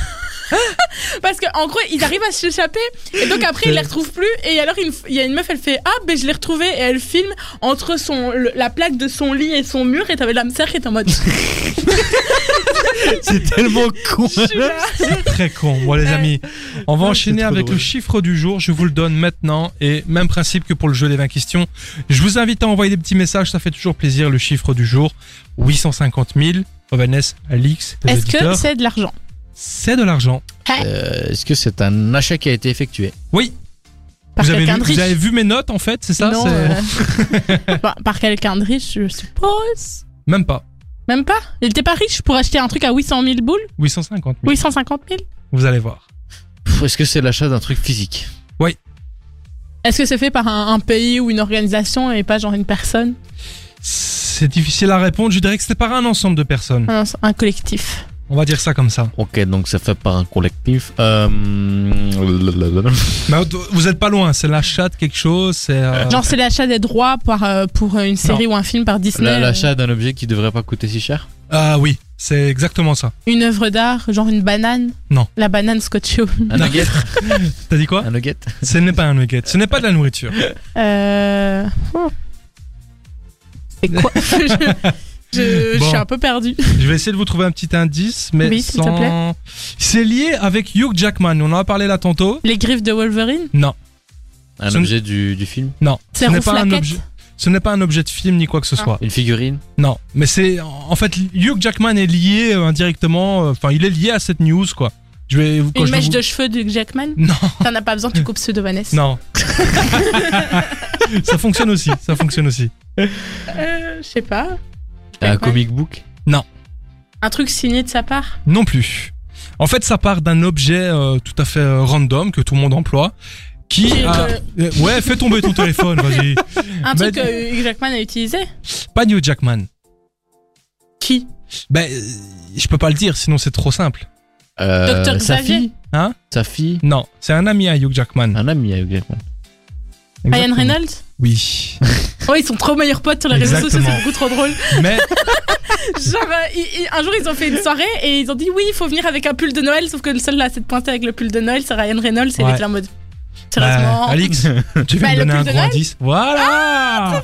Speaker 4: [laughs] parce que en gros, ils arrivent à s'échapper et donc après ils les retrouvent plus et alors une- il y a une meuf, elle fait "Ah ben je l'ai retrouvé" et elle filme entre son le- la plaque de son lit et son mur et t'avais l'hamster qui est en mode
Speaker 3: C'est tellement con
Speaker 4: "Je suis là."
Speaker 2: Très con, moi les
Speaker 4: Ouais.
Speaker 2: amis. On va
Speaker 3: Ouais,
Speaker 2: enchaîner
Speaker 3: c'est trop
Speaker 2: avec
Speaker 3: drôle.
Speaker 2: le chiffre du jour, je vous le donne maintenant. Et même principe que pour le jeu des 20 questions. Je vous invite à envoyer des petits messages, ça fait toujours plaisir le chiffre du jour. 850 000. Ovanes, Alix, les
Speaker 4: Est-ce que
Speaker 2: auditeurs.
Speaker 4: c'est de l'argent
Speaker 2: C'est de l'argent.
Speaker 3: Euh, Est-ce que c'est un achat qui a été effectué
Speaker 4: par
Speaker 2: Vous avez,
Speaker 4: quelqu'un de
Speaker 2: vu,
Speaker 4: riche
Speaker 2: vous avez vu mes notes en fait, c'est ça
Speaker 4: Non,
Speaker 2: C'est-
Speaker 4: euh, [laughs] par- par quelqu'un de riche, je suppose.
Speaker 2: Même pas.
Speaker 4: Même pas Il était pas riche pour acheter un truc à 800 000 boules
Speaker 2: 850 000.
Speaker 4: 850 000
Speaker 2: Vous allez voir.
Speaker 3: Pff, Est-ce que c'est l'achat d'un truc physique
Speaker 4: Est-ce que c'est fait par un, un pays ou une organisation et pas genre une personne
Speaker 2: C'est difficile à répondre, je dirais que c'était par un ensemble de personnes.
Speaker 4: un, un collectif
Speaker 2: On va dire ça comme ça.
Speaker 3: Ok, donc ça fait par un collectif. Euh...
Speaker 2: Mais vous n'êtes pas loin, c'est l'achat de quelque chose, c'est... euh,
Speaker 4: Genre c'est l'achat des droits par, euh, pour une série ou un film par Disney
Speaker 3: La-
Speaker 4: euh,
Speaker 3: L'achat d'un objet qui devrait pas coûter si cher
Speaker 2: Ah oui, c'est exactement ça.
Speaker 4: Une œuvre d'art, genre une banane
Speaker 2: Non.
Speaker 4: La banane scotchée au-
Speaker 2: [laughs]
Speaker 3: Un nugget
Speaker 2: T'as dit quoi
Speaker 3: Un nugget
Speaker 2: [laughs] Ce n'est pas un nugget, ce n'est pas de la nourriture.
Speaker 4: Euh... fais Euh, quoi [laughs] je, je- je
Speaker 2: Bon.
Speaker 4: suis un peu perdue.
Speaker 2: Je vais essayer de vous trouver un petit indice, mais
Speaker 4: Oui, s'il te
Speaker 2: sans.
Speaker 4: plaît.
Speaker 2: C'est lié avec Hugh Jackman. On en a parlé là tantôt.
Speaker 4: Les griffes de Wolverine
Speaker 2: Non,
Speaker 3: Un
Speaker 2: Ce-
Speaker 3: objet du, du film
Speaker 2: non.
Speaker 4: C'est
Speaker 2: Ce n'est pas un
Speaker 4: Ronflaquette.
Speaker 2: objet. Ce n'est pas un objet de film ni quoi que ce
Speaker 4: Ah.
Speaker 2: soit.
Speaker 3: Une figurine
Speaker 2: Non, mais c'est en fait Hugh Jackman est lié euh, indirectement. euh, Enfin, il est lié à cette news quoi. Je vais vous. quand
Speaker 4: Une
Speaker 2: je vais
Speaker 4: mèche
Speaker 2: vous-
Speaker 4: de cheveux de Jackman
Speaker 2: Non,
Speaker 4: T'en as pas besoin, tu coupes ceux de Vanessa.
Speaker 2: non. [laughs] ça fonctionne aussi. Ça fonctionne aussi.
Speaker 4: Euh, je sais pas.
Speaker 3: Un
Speaker 4: Ouais.
Speaker 3: comic book
Speaker 4: Un truc signé de sa part
Speaker 2: Non plus. En fait, ça part d'un objet euh, tout à fait euh, random que tout le monde emploie. Qui
Speaker 4: J'ai
Speaker 2: a- Euh, Ouais, fais tomber ton téléphone, vas-y.
Speaker 4: Un
Speaker 2: Bah,
Speaker 4: truc que Hugh Jackman a utilisé
Speaker 2: Pas Hugh Jackman.
Speaker 4: Qui
Speaker 2: Ben, euh, je peux pas le dire, sinon c'est trop simple.
Speaker 3: Euh,
Speaker 4: Docteur
Speaker 3: Sa
Speaker 4: Xavier.
Speaker 3: fille
Speaker 2: Hein
Speaker 3: Sa fille
Speaker 2: Non, c'est un ami à Hugh Jackman.
Speaker 3: Un ami avec Jackman.
Speaker 4: Ah. Ryan
Speaker 2: Exactement.
Speaker 4: Reynolds
Speaker 2: Oui.
Speaker 4: Oh, ils sont trop meilleurs potes sur les réseaux sociaux,
Speaker 2: Exactement.
Speaker 4: c'est beaucoup trop drôle. [laughs]
Speaker 2: Mais bah,
Speaker 4: Genre, euh, ils- ils- un jour, ils ont fait une soirée et ils ont dit oui, il faut venir avec un pull de Noël, sauf que le seul là, c'est de pointer avec le pull de Noël, c'est Ryan Reynolds et
Speaker 2: Ouais.
Speaker 4: il est en mode.
Speaker 2: Bah,
Speaker 4: Sérieusement.
Speaker 2: Alix, tu viens me donner
Speaker 4: Bah, le Ah, plus
Speaker 2: un
Speaker 4: de
Speaker 2: gros
Speaker 4: Noël.
Speaker 2: indice. Voilà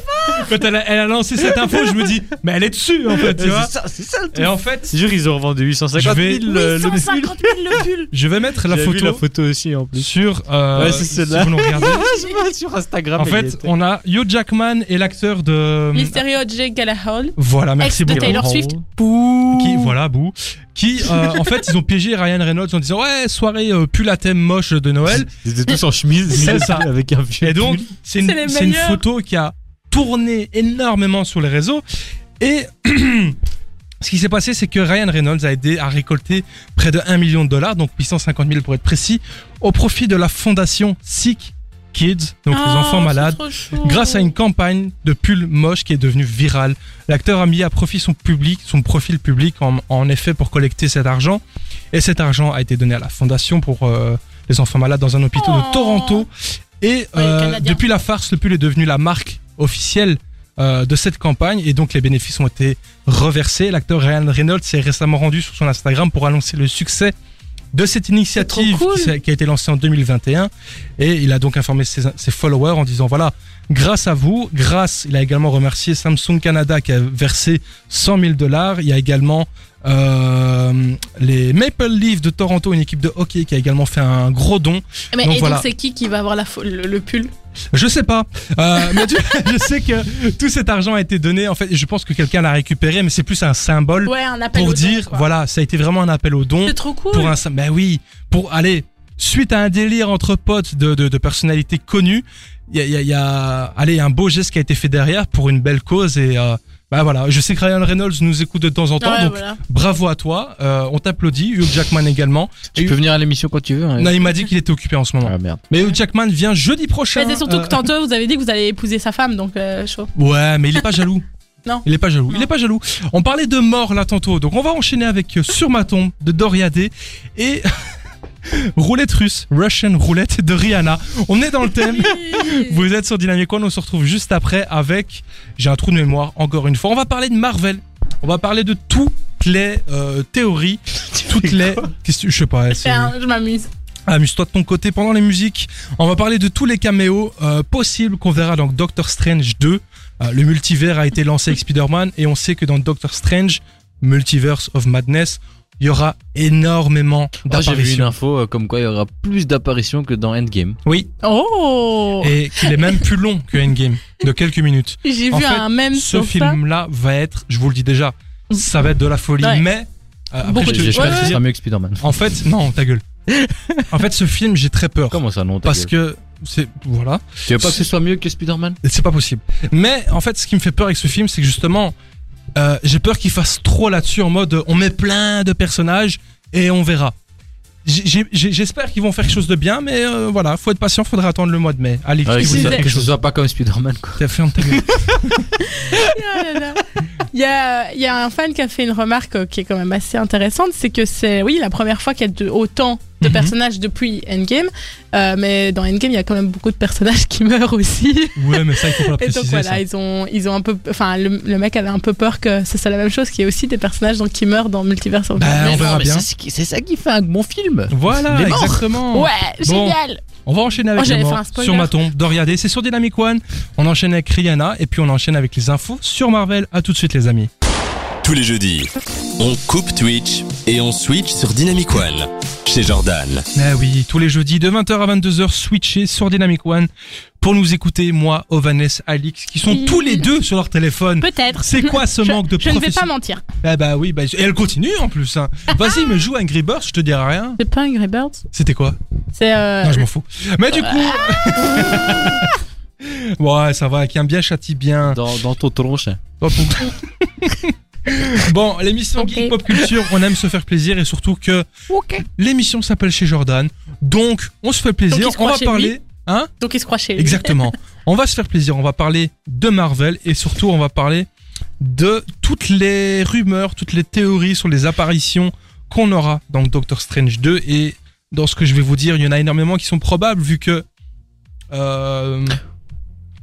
Speaker 2: Quand elle a, elle a lancé cette info, je me dis, mais elle est dessus en fait, tu vois. euh,
Speaker 3: ça, c'est ça le
Speaker 2: Et en fait,
Speaker 3: C'est sûr, ils ont revendu 850
Speaker 2: Je vais-
Speaker 3: 000 le, le
Speaker 4: 850 000 le pull
Speaker 2: [laughs] je vais mettre la
Speaker 3: J'ai vu
Speaker 2: photo,
Speaker 3: la photo aussi en plus.
Speaker 2: sur. euh,
Speaker 3: Ouais, c'est
Speaker 2: si
Speaker 3: celle-là. Ah,
Speaker 2: vous nous regardez.
Speaker 3: [laughs] sur Instagram.
Speaker 2: en fait, on a Hugh Jackman et l'acteur de.
Speaker 4: Mysterio J. Gallagher.
Speaker 2: Voilà, merci
Speaker 4: Ex de
Speaker 2: beaucoup.
Speaker 4: Taylor Swift.
Speaker 2: qui voilà bou qui euh, en fait ils ont piégé Ryan Reynolds en disant ouais soirée euh, pull à thème moche de Noël
Speaker 3: Ils étaient tous en chemise,
Speaker 2: C'est ça.
Speaker 3: avec un vieux.
Speaker 2: et donc c'est
Speaker 4: C'est les
Speaker 2: une, c'est une
Speaker 4: meilleurs.
Speaker 2: photo qui a tourné énormément sur les réseaux et [clears throat] ce qui s'est passé c'est que Ryan Reynolds a aidé à récolter près de 1 million de dollars donc 850 000 pour être précis au profit de la fondation Sick Kids donc
Speaker 4: Oh, Ah,
Speaker 2: les enfants malades Grâce à une campagne de pull moche qui est devenue virale, l'acteur a mis à profit son public, son profil public en, en effet pour collecter cet argent. Et cet argent a été donné à la fondation pour euh, les enfants malades dans un hôpital
Speaker 4: Oh.
Speaker 2: de Toronto. Et euh,
Speaker 4: Canadien.
Speaker 2: depuis la farce, le pull est devenu la marque officielle euh, de cette campagne et donc les bénéfices ont été reversés. L'acteur Ryan Reynolds s'est récemment rendu sur son Instagram pour annoncer le succès de cette initiative
Speaker 4: trop cool.
Speaker 2: qui, s'est- qui a été lancée en 2021 et il a donc informé ses, ses followers en disant voilà grâce à vous grâce il a également remercié Samsung Canada qui a versé 100 000 dollars il y a également euh, les Maple Leafs de Toronto une équipe de hockey qui a également fait un gros don
Speaker 4: Mais
Speaker 2: Donc
Speaker 4: et
Speaker 2: voilà.
Speaker 4: donc, c'est qui qui va avoir la fo- le, le pull
Speaker 2: je sais pas Euh, mais tu- [laughs] je sais que tout cet argent a été donné en fait et je pense que quelqu'un l'a récupéré mais c'est plus un symbole
Speaker 4: Ouais, un appel.
Speaker 2: pour
Speaker 4: au don,
Speaker 2: dire
Speaker 4: quoi.
Speaker 2: voilà ça a été vraiment un appel au don
Speaker 4: C'est trop cool.
Speaker 2: pour un sim- ben oui pour aller suite à un délire entre potes de, de, de personnalités connues il y a, il y a- il y a allez un beau geste qui a été fait derrière pour une belle cause et euh, ben voilà je sais que Ryan Reynolds nous écoute de temps en temps
Speaker 4: Ouais,
Speaker 2: donc
Speaker 4: voilà.
Speaker 2: bravo à toi Euh, on t'applaudit Hugh Jackman également
Speaker 3: Tu peux venir à l'émission quand tu veux. hein.
Speaker 2: non il m'a dit qu'il était occupé en ce moment
Speaker 3: Ah merde.
Speaker 2: mais Hugh Jackman vient jeudi prochain
Speaker 4: Mais Bah, c'est surtout
Speaker 2: Euh,
Speaker 4: que tantôt, vous avez dit que vous allez épouser sa femme, donc euh, chaud.
Speaker 2: ouais mais il
Speaker 4: [laughs]
Speaker 2: est pas jaloux
Speaker 4: Non.
Speaker 2: Il est pas jaloux, il
Speaker 4: Non.
Speaker 2: est pas jaloux. On parlait de mort là tantôt, donc on va enchaîner avec euh, Sur ma tombe de Doriadé et [laughs] roulette russe, Russian roulette de Rihanna. On est dans le
Speaker 4: [laughs]
Speaker 2: thème. Vous êtes sur Dynamic One, on se retrouve juste après avec. J'ai un trou de mémoire, encore une fois. On va parler de Marvel. On va parler de toutes les euh,
Speaker 4: [laughs]
Speaker 2: théories, toutes les. Qu'est-ce que tu- Je sais pas. c'est-
Speaker 4: Tiens, hein, je m'amuse.
Speaker 2: Amuse-toi de ton côté pendant les musiques. On va parler de tous les caméos euh, possibles qu'on verra dans Doctor Strange 2. Euh, le multivers a été lancé avec Spider-Man et on sait que dans Doctor Strange, Multiverse of Madness, il y aura énormément
Speaker 3: Ah, J'ai vu une
Speaker 2: d'apparitions.
Speaker 3: info euh, comme quoi il y aura plus d'apparitions que dans Endgame.
Speaker 2: oui,
Speaker 4: Oh
Speaker 2: et qu'il est même plus long que Endgame, de quelques minutes.
Speaker 4: J'ai
Speaker 2: en
Speaker 4: vu
Speaker 2: fait,
Speaker 4: un même
Speaker 2: Ce
Speaker 4: sur ça.
Speaker 2: film-là va être, je vous le dis déjà, ça va être de la folie,
Speaker 4: Ouais.
Speaker 2: mais... euh, après,
Speaker 4: Beaucoup
Speaker 2: je te-
Speaker 4: de-
Speaker 2: je vais
Speaker 4: ouais,
Speaker 2: te
Speaker 4: ouais.
Speaker 3: que ce
Speaker 2: dire-
Speaker 3: sera mieux que Spider-Man.
Speaker 2: En fait, non, ta
Speaker 4: [laughs]
Speaker 2: gueule. En fait, ce film, j'ai très peur.
Speaker 3: Comment ça, non ta
Speaker 2: Parce
Speaker 3: gueule
Speaker 2: que... C'est, voilà.
Speaker 3: Tu veux pas que ce soit mieux que Spider-Man
Speaker 2: C'est pas possible. Mais en fait, ce qui me fait peur avec ce film, c'est que justement, euh, j'ai peur qu'il fasse trop là-dessus en mode euh, on met plein de personnages et on verra. J'ai- j'ai- j'ai- J'espère qu'ils vont faire quelque chose de bien, mais euh, voilà, faut être patient, faudra attendre le mois de mai. Allez,
Speaker 3: Ouais,
Speaker 2: tu voulais
Speaker 3: que ce
Speaker 4: c'est-
Speaker 2: dire
Speaker 3: soit-
Speaker 2: quelque
Speaker 3: que ce
Speaker 2: chose.
Speaker 3: soit pas comme Spider-Man quoi.
Speaker 2: T'as fait un ta [laughs] gueule.
Speaker 4: Ah là là. Il y a, il y a un fan qui a fait une remarque euh, qui est quand même assez intéressante, c'est que c'est oui la première fois qu'il y a de- autant de
Speaker 2: Mhm.
Speaker 4: personnages depuis Endgame, Euh, mais dans Endgame il y a quand même beaucoup de personnages qui meurent
Speaker 2: [laughs]
Speaker 4: aussi.
Speaker 2: Ouais, mais ça, il faut pas
Speaker 4: Et donc
Speaker 2: préciser.
Speaker 4: voilà,
Speaker 2: ça.
Speaker 4: ils ont, ils ont un peu, enfin le, le mec avait un peu peur que ce soit la même chose, qu'il y ait aussi des personnages donc, qui meurent dans Multiverse of
Speaker 2: Bah,
Speaker 4: Madness.
Speaker 2: on verra bien.
Speaker 3: C'est ça qui fait un bon film.
Speaker 2: Voilà,
Speaker 3: Les morts.
Speaker 2: exactement.
Speaker 4: Ouais,
Speaker 2: Bon.
Speaker 4: génial.
Speaker 2: On On va enchaîner
Speaker 4: Oh,
Speaker 2: avec
Speaker 4: j'avais
Speaker 2: le
Speaker 4: fait
Speaker 2: mort
Speaker 4: un spoiler.
Speaker 2: sur ma tombe, Doriadé, c'est sur Dynamic One. On enchaîne avec Rihanna et puis on enchaîne avec les infos sur Marvel. À tout de suite les amis.
Speaker 1: Tous les jeudis, on coupe Twitch et on switch sur Dynamic One. Chez Jordan.
Speaker 2: Ah oui, tous les jeudis de 20h à 22h, switcher sur Dynamic One pour nous écouter, moi, Ovanes, Alix, qui sont
Speaker 4: Mm.
Speaker 2: tous les deux sur leur téléphone.
Speaker 4: Peut-être.
Speaker 2: C'est quoi ce
Speaker 4: Je-
Speaker 2: manque de
Speaker 4: Je ne vais pas
Speaker 2: profession
Speaker 4: mentir. Ah.
Speaker 2: Ah bah oui, bah, et elle continue en plus. hein. Vas-y, me joue à Angry Birds, je te dirai rien.
Speaker 4: C'est pas Angry Birds.
Speaker 2: C'était quoi
Speaker 4: C'est. euh,
Speaker 2: Non, je m'en fous. Mais du coup... [laughs] ouais, ça va, qui aime bien châtie bien.
Speaker 3: Dans, dans ton tronche.
Speaker 2: Hop. [laughs] bon, l'émission
Speaker 4: Ok.
Speaker 2: Geek Pop Culture, on aime se faire plaisir et surtout que
Speaker 4: Ok.
Speaker 2: l'émission s'appelle Chez Jordan. Donc, on se fait
Speaker 4: Donc,
Speaker 2: plaisir.
Speaker 4: il se
Speaker 2: on
Speaker 4: croit
Speaker 2: va
Speaker 4: chez
Speaker 2: parler, hein
Speaker 4: Donc il se croit chez [laughs] lui.
Speaker 2: Exactement. on va se faire plaisir. On va parler de Marvel et surtout, on va parler de toutes les rumeurs, toutes les théories sur les apparitions qu'on aura dans Doctor Strange 2 et dans ce que je vais vous dire, il y en a énormément qui sont probables vu que. euh,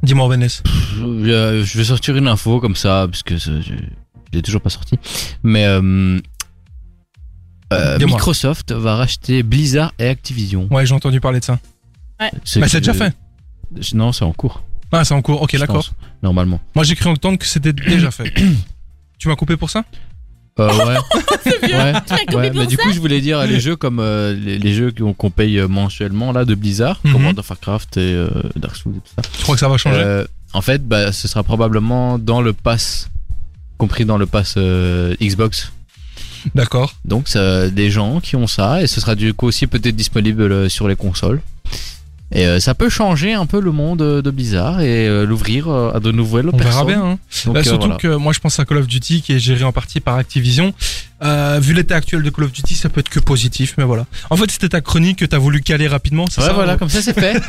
Speaker 2: Dis-moi, Vanessa.
Speaker 3: Euh, je vais sortir une info comme ça, parce que ça, je, je l'ai toujours pas sorti. Mais euh, euh,
Speaker 2: Dis-moi.
Speaker 3: Microsoft va racheter Blizzard et Activision.
Speaker 2: Ouais, j'ai entendu parler de ça.
Speaker 3: Ce
Speaker 2: Bah,
Speaker 3: qui-
Speaker 2: c'est déjà fait.
Speaker 3: Je- Non, c'est en cours.
Speaker 2: Ah, c'est en cours. Ok,
Speaker 3: je
Speaker 2: d'accord.
Speaker 3: pense, Normalement.
Speaker 2: Moi j'ai cru entendre que c'était déjà
Speaker 3: [clears throat]
Speaker 2: fait. tu m'as coupé pour ça
Speaker 3: Euh,
Speaker 2: [laughs]
Speaker 3: ouais. ouais.
Speaker 4: Tu as compris
Speaker 3: Ouais,
Speaker 4: pour
Speaker 3: mais du
Speaker 4: ça
Speaker 3: coup, je voulais dire les jeux comme euh, les, les jeux qu'on qu'on paye euh, mensuellement là de Blizzard,
Speaker 2: Mhm.
Speaker 3: comme World of Warcraft et euh, Dark Souls et tout ça.
Speaker 2: Je crois que ça va changer.
Speaker 3: Euh, en fait, bah, ce sera probablement dans le pass, compris dans le pass euh, Xbox.
Speaker 2: D'accord.
Speaker 3: Donc, ça, des gens qui ont ça, et ce sera du coup aussi peut-être disponible euh, sur les consoles. Et euh, ça peut changer un peu le monde euh, de Blizzard et euh, l'ouvrir euh, à de nouvelles
Speaker 2: On verra
Speaker 3: personnes.
Speaker 2: bien. hein.
Speaker 3: Donc,
Speaker 2: Bah,
Speaker 3: euh,
Speaker 2: surtout
Speaker 3: voilà.
Speaker 2: que moi je pense à Call of Duty qui est géré en partie par Activision. Euh, vu l'état actuel de Call of Duty, ça peut être que positif, mais voilà. En fait, c'était ta chronique que t'as voulu caler rapidement, c'est
Speaker 3: Ouais,
Speaker 2: ça
Speaker 3: voilà, comme ça c'est
Speaker 2: [laughs]
Speaker 3: fait. [laughs]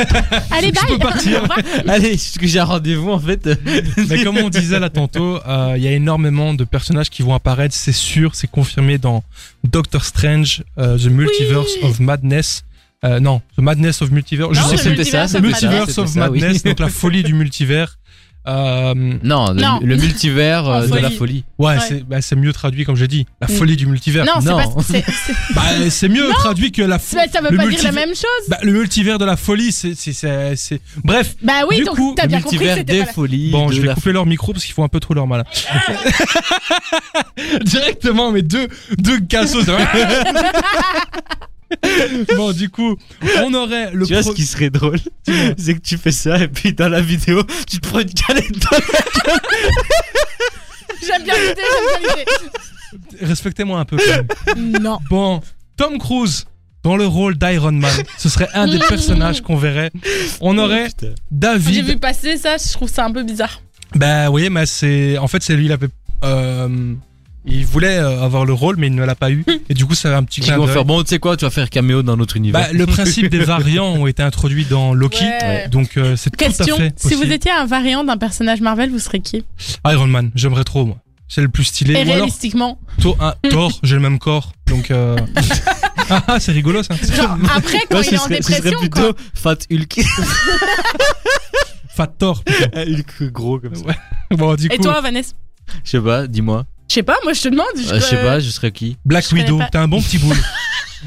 Speaker 4: Allez, bye. [laughs] Au revoir.
Speaker 3: Allez, parce que j'ai un rendez-vous en fait.
Speaker 2: [laughs] Mais comme on disait là tantôt,
Speaker 3: [laughs]
Speaker 2: euh, il y a énormément de personnages qui vont apparaître, c'est sûr, c'est confirmé dans Doctor Strange, euh, The Multiverse of Madness. Euh, non, The Madness of Multiverse.
Speaker 4: Non,
Speaker 2: je sais
Speaker 4: The
Speaker 2: que
Speaker 3: c'était ça,
Speaker 4: Multiverse
Speaker 3: c'était
Speaker 4: of
Speaker 3: ça,
Speaker 2: Multiverse
Speaker 4: Madness.
Speaker 3: c'était
Speaker 2: of
Speaker 3: ça, oui.
Speaker 2: Madness, donc la folie du multivers. Euh,
Speaker 3: [laughs] Non, le-
Speaker 4: Non.
Speaker 3: Le, multivers euh,
Speaker 4: En
Speaker 3: de
Speaker 4: folie.
Speaker 3: la folie.
Speaker 2: ouais,
Speaker 4: Ouais.
Speaker 2: c'est bah, c'est mieux traduit comme j'ai dit, la
Speaker 4: Mm.
Speaker 2: folie du multivers.
Speaker 4: Non, c'est
Speaker 3: Non.
Speaker 4: pas. c'est- c'est-
Speaker 2: Bah, c'est mieux traduit que la
Speaker 4: Ça
Speaker 2: folie.
Speaker 4: ça veut
Speaker 2: Le
Speaker 4: pas dire
Speaker 2: multivers-
Speaker 4: la même chose.
Speaker 2: Bah, le multivers de la folie, c'est c'est- c'est c'est- bref.
Speaker 4: Bah oui,
Speaker 2: Du
Speaker 4: donc
Speaker 2: coup,
Speaker 4: t'as
Speaker 3: Le
Speaker 4: bien compris que
Speaker 3: multivers
Speaker 4: c'était
Speaker 3: des
Speaker 4: pas la-
Speaker 3: folies.
Speaker 2: Bon,
Speaker 3: de
Speaker 2: je vais
Speaker 3: la
Speaker 2: couper leur micro parce qu'ils font un peu trop leur
Speaker 3: [laughs]
Speaker 2: malin. Directement, mais deux deux
Speaker 3: [laughs]
Speaker 2: cassos. bon, du coup, on aurait le
Speaker 3: tu vois ce
Speaker 2: pro-
Speaker 3: qui
Speaker 2: [laughs]
Speaker 3: serait drôle C'est que tu fais ça et puis dans la vidéo, tu te prends une galette dans
Speaker 4: J'aime bien l'idée, j'aime bien
Speaker 2: respectez-moi un peu. quand même.
Speaker 4: l'idée. Non.
Speaker 2: Bon, Tom Cruise dans le rôle d'Iron Man, ce serait un des personnages qu'on verrait. On aurait
Speaker 3: Putain.
Speaker 4: J'ai
Speaker 2: David
Speaker 4: vu passer ça, je trouve ça un peu bizarre.
Speaker 2: Bah oui, mais c'est en fait c'est lui il avait euh, il voulait euh, avoir le rôle mais il ne l'a pas eu
Speaker 4: Hum.
Speaker 2: et du coup ça a un petit
Speaker 3: Ils
Speaker 2: clin
Speaker 3: vont
Speaker 2: d'œil.
Speaker 3: faire bon, tu sais quoi, tu vas faire caméo dans notre univers.
Speaker 2: Bah, le principe des variants ont été introduits dans Loki.
Speaker 4: Ouais.
Speaker 2: Donc euh, c'est tout à fait
Speaker 4: Question si vous
Speaker 2: possible.
Speaker 4: étiez un variant d'un personnage Marvel, vous serez qui
Speaker 2: Iron Man, j'aimerais trop moi. C'est le plus stylé.
Speaker 4: Et
Speaker 2: Ou alors
Speaker 4: réalistiquement,
Speaker 2: Thor,
Speaker 4: [laughs]
Speaker 2: hein, Thor, j'ai le même corps. Donc euh, ah, ah, c'est rigolo ça.
Speaker 4: genre
Speaker 2: [laughs]
Speaker 4: après quand
Speaker 3: Moi,
Speaker 4: il est en
Speaker 3: serait-
Speaker 4: dépression,
Speaker 3: serait
Speaker 4: quoi.
Speaker 3: plutôt Fat Hulk.
Speaker 2: Fat Thor.
Speaker 3: Hulk gros comme
Speaker 2: Ouais. Bon du
Speaker 4: Et
Speaker 2: coup
Speaker 4: toi, Vanessa
Speaker 3: Je sais pas, dis-moi.
Speaker 4: Je sais pas, moi je te demande.
Speaker 3: Euh, Je sais pas, je serais qui
Speaker 2: Black
Speaker 4: je connais
Speaker 2: Widow,
Speaker 4: pas.
Speaker 2: t'as un bon petit
Speaker 4: [laughs]
Speaker 2: boule.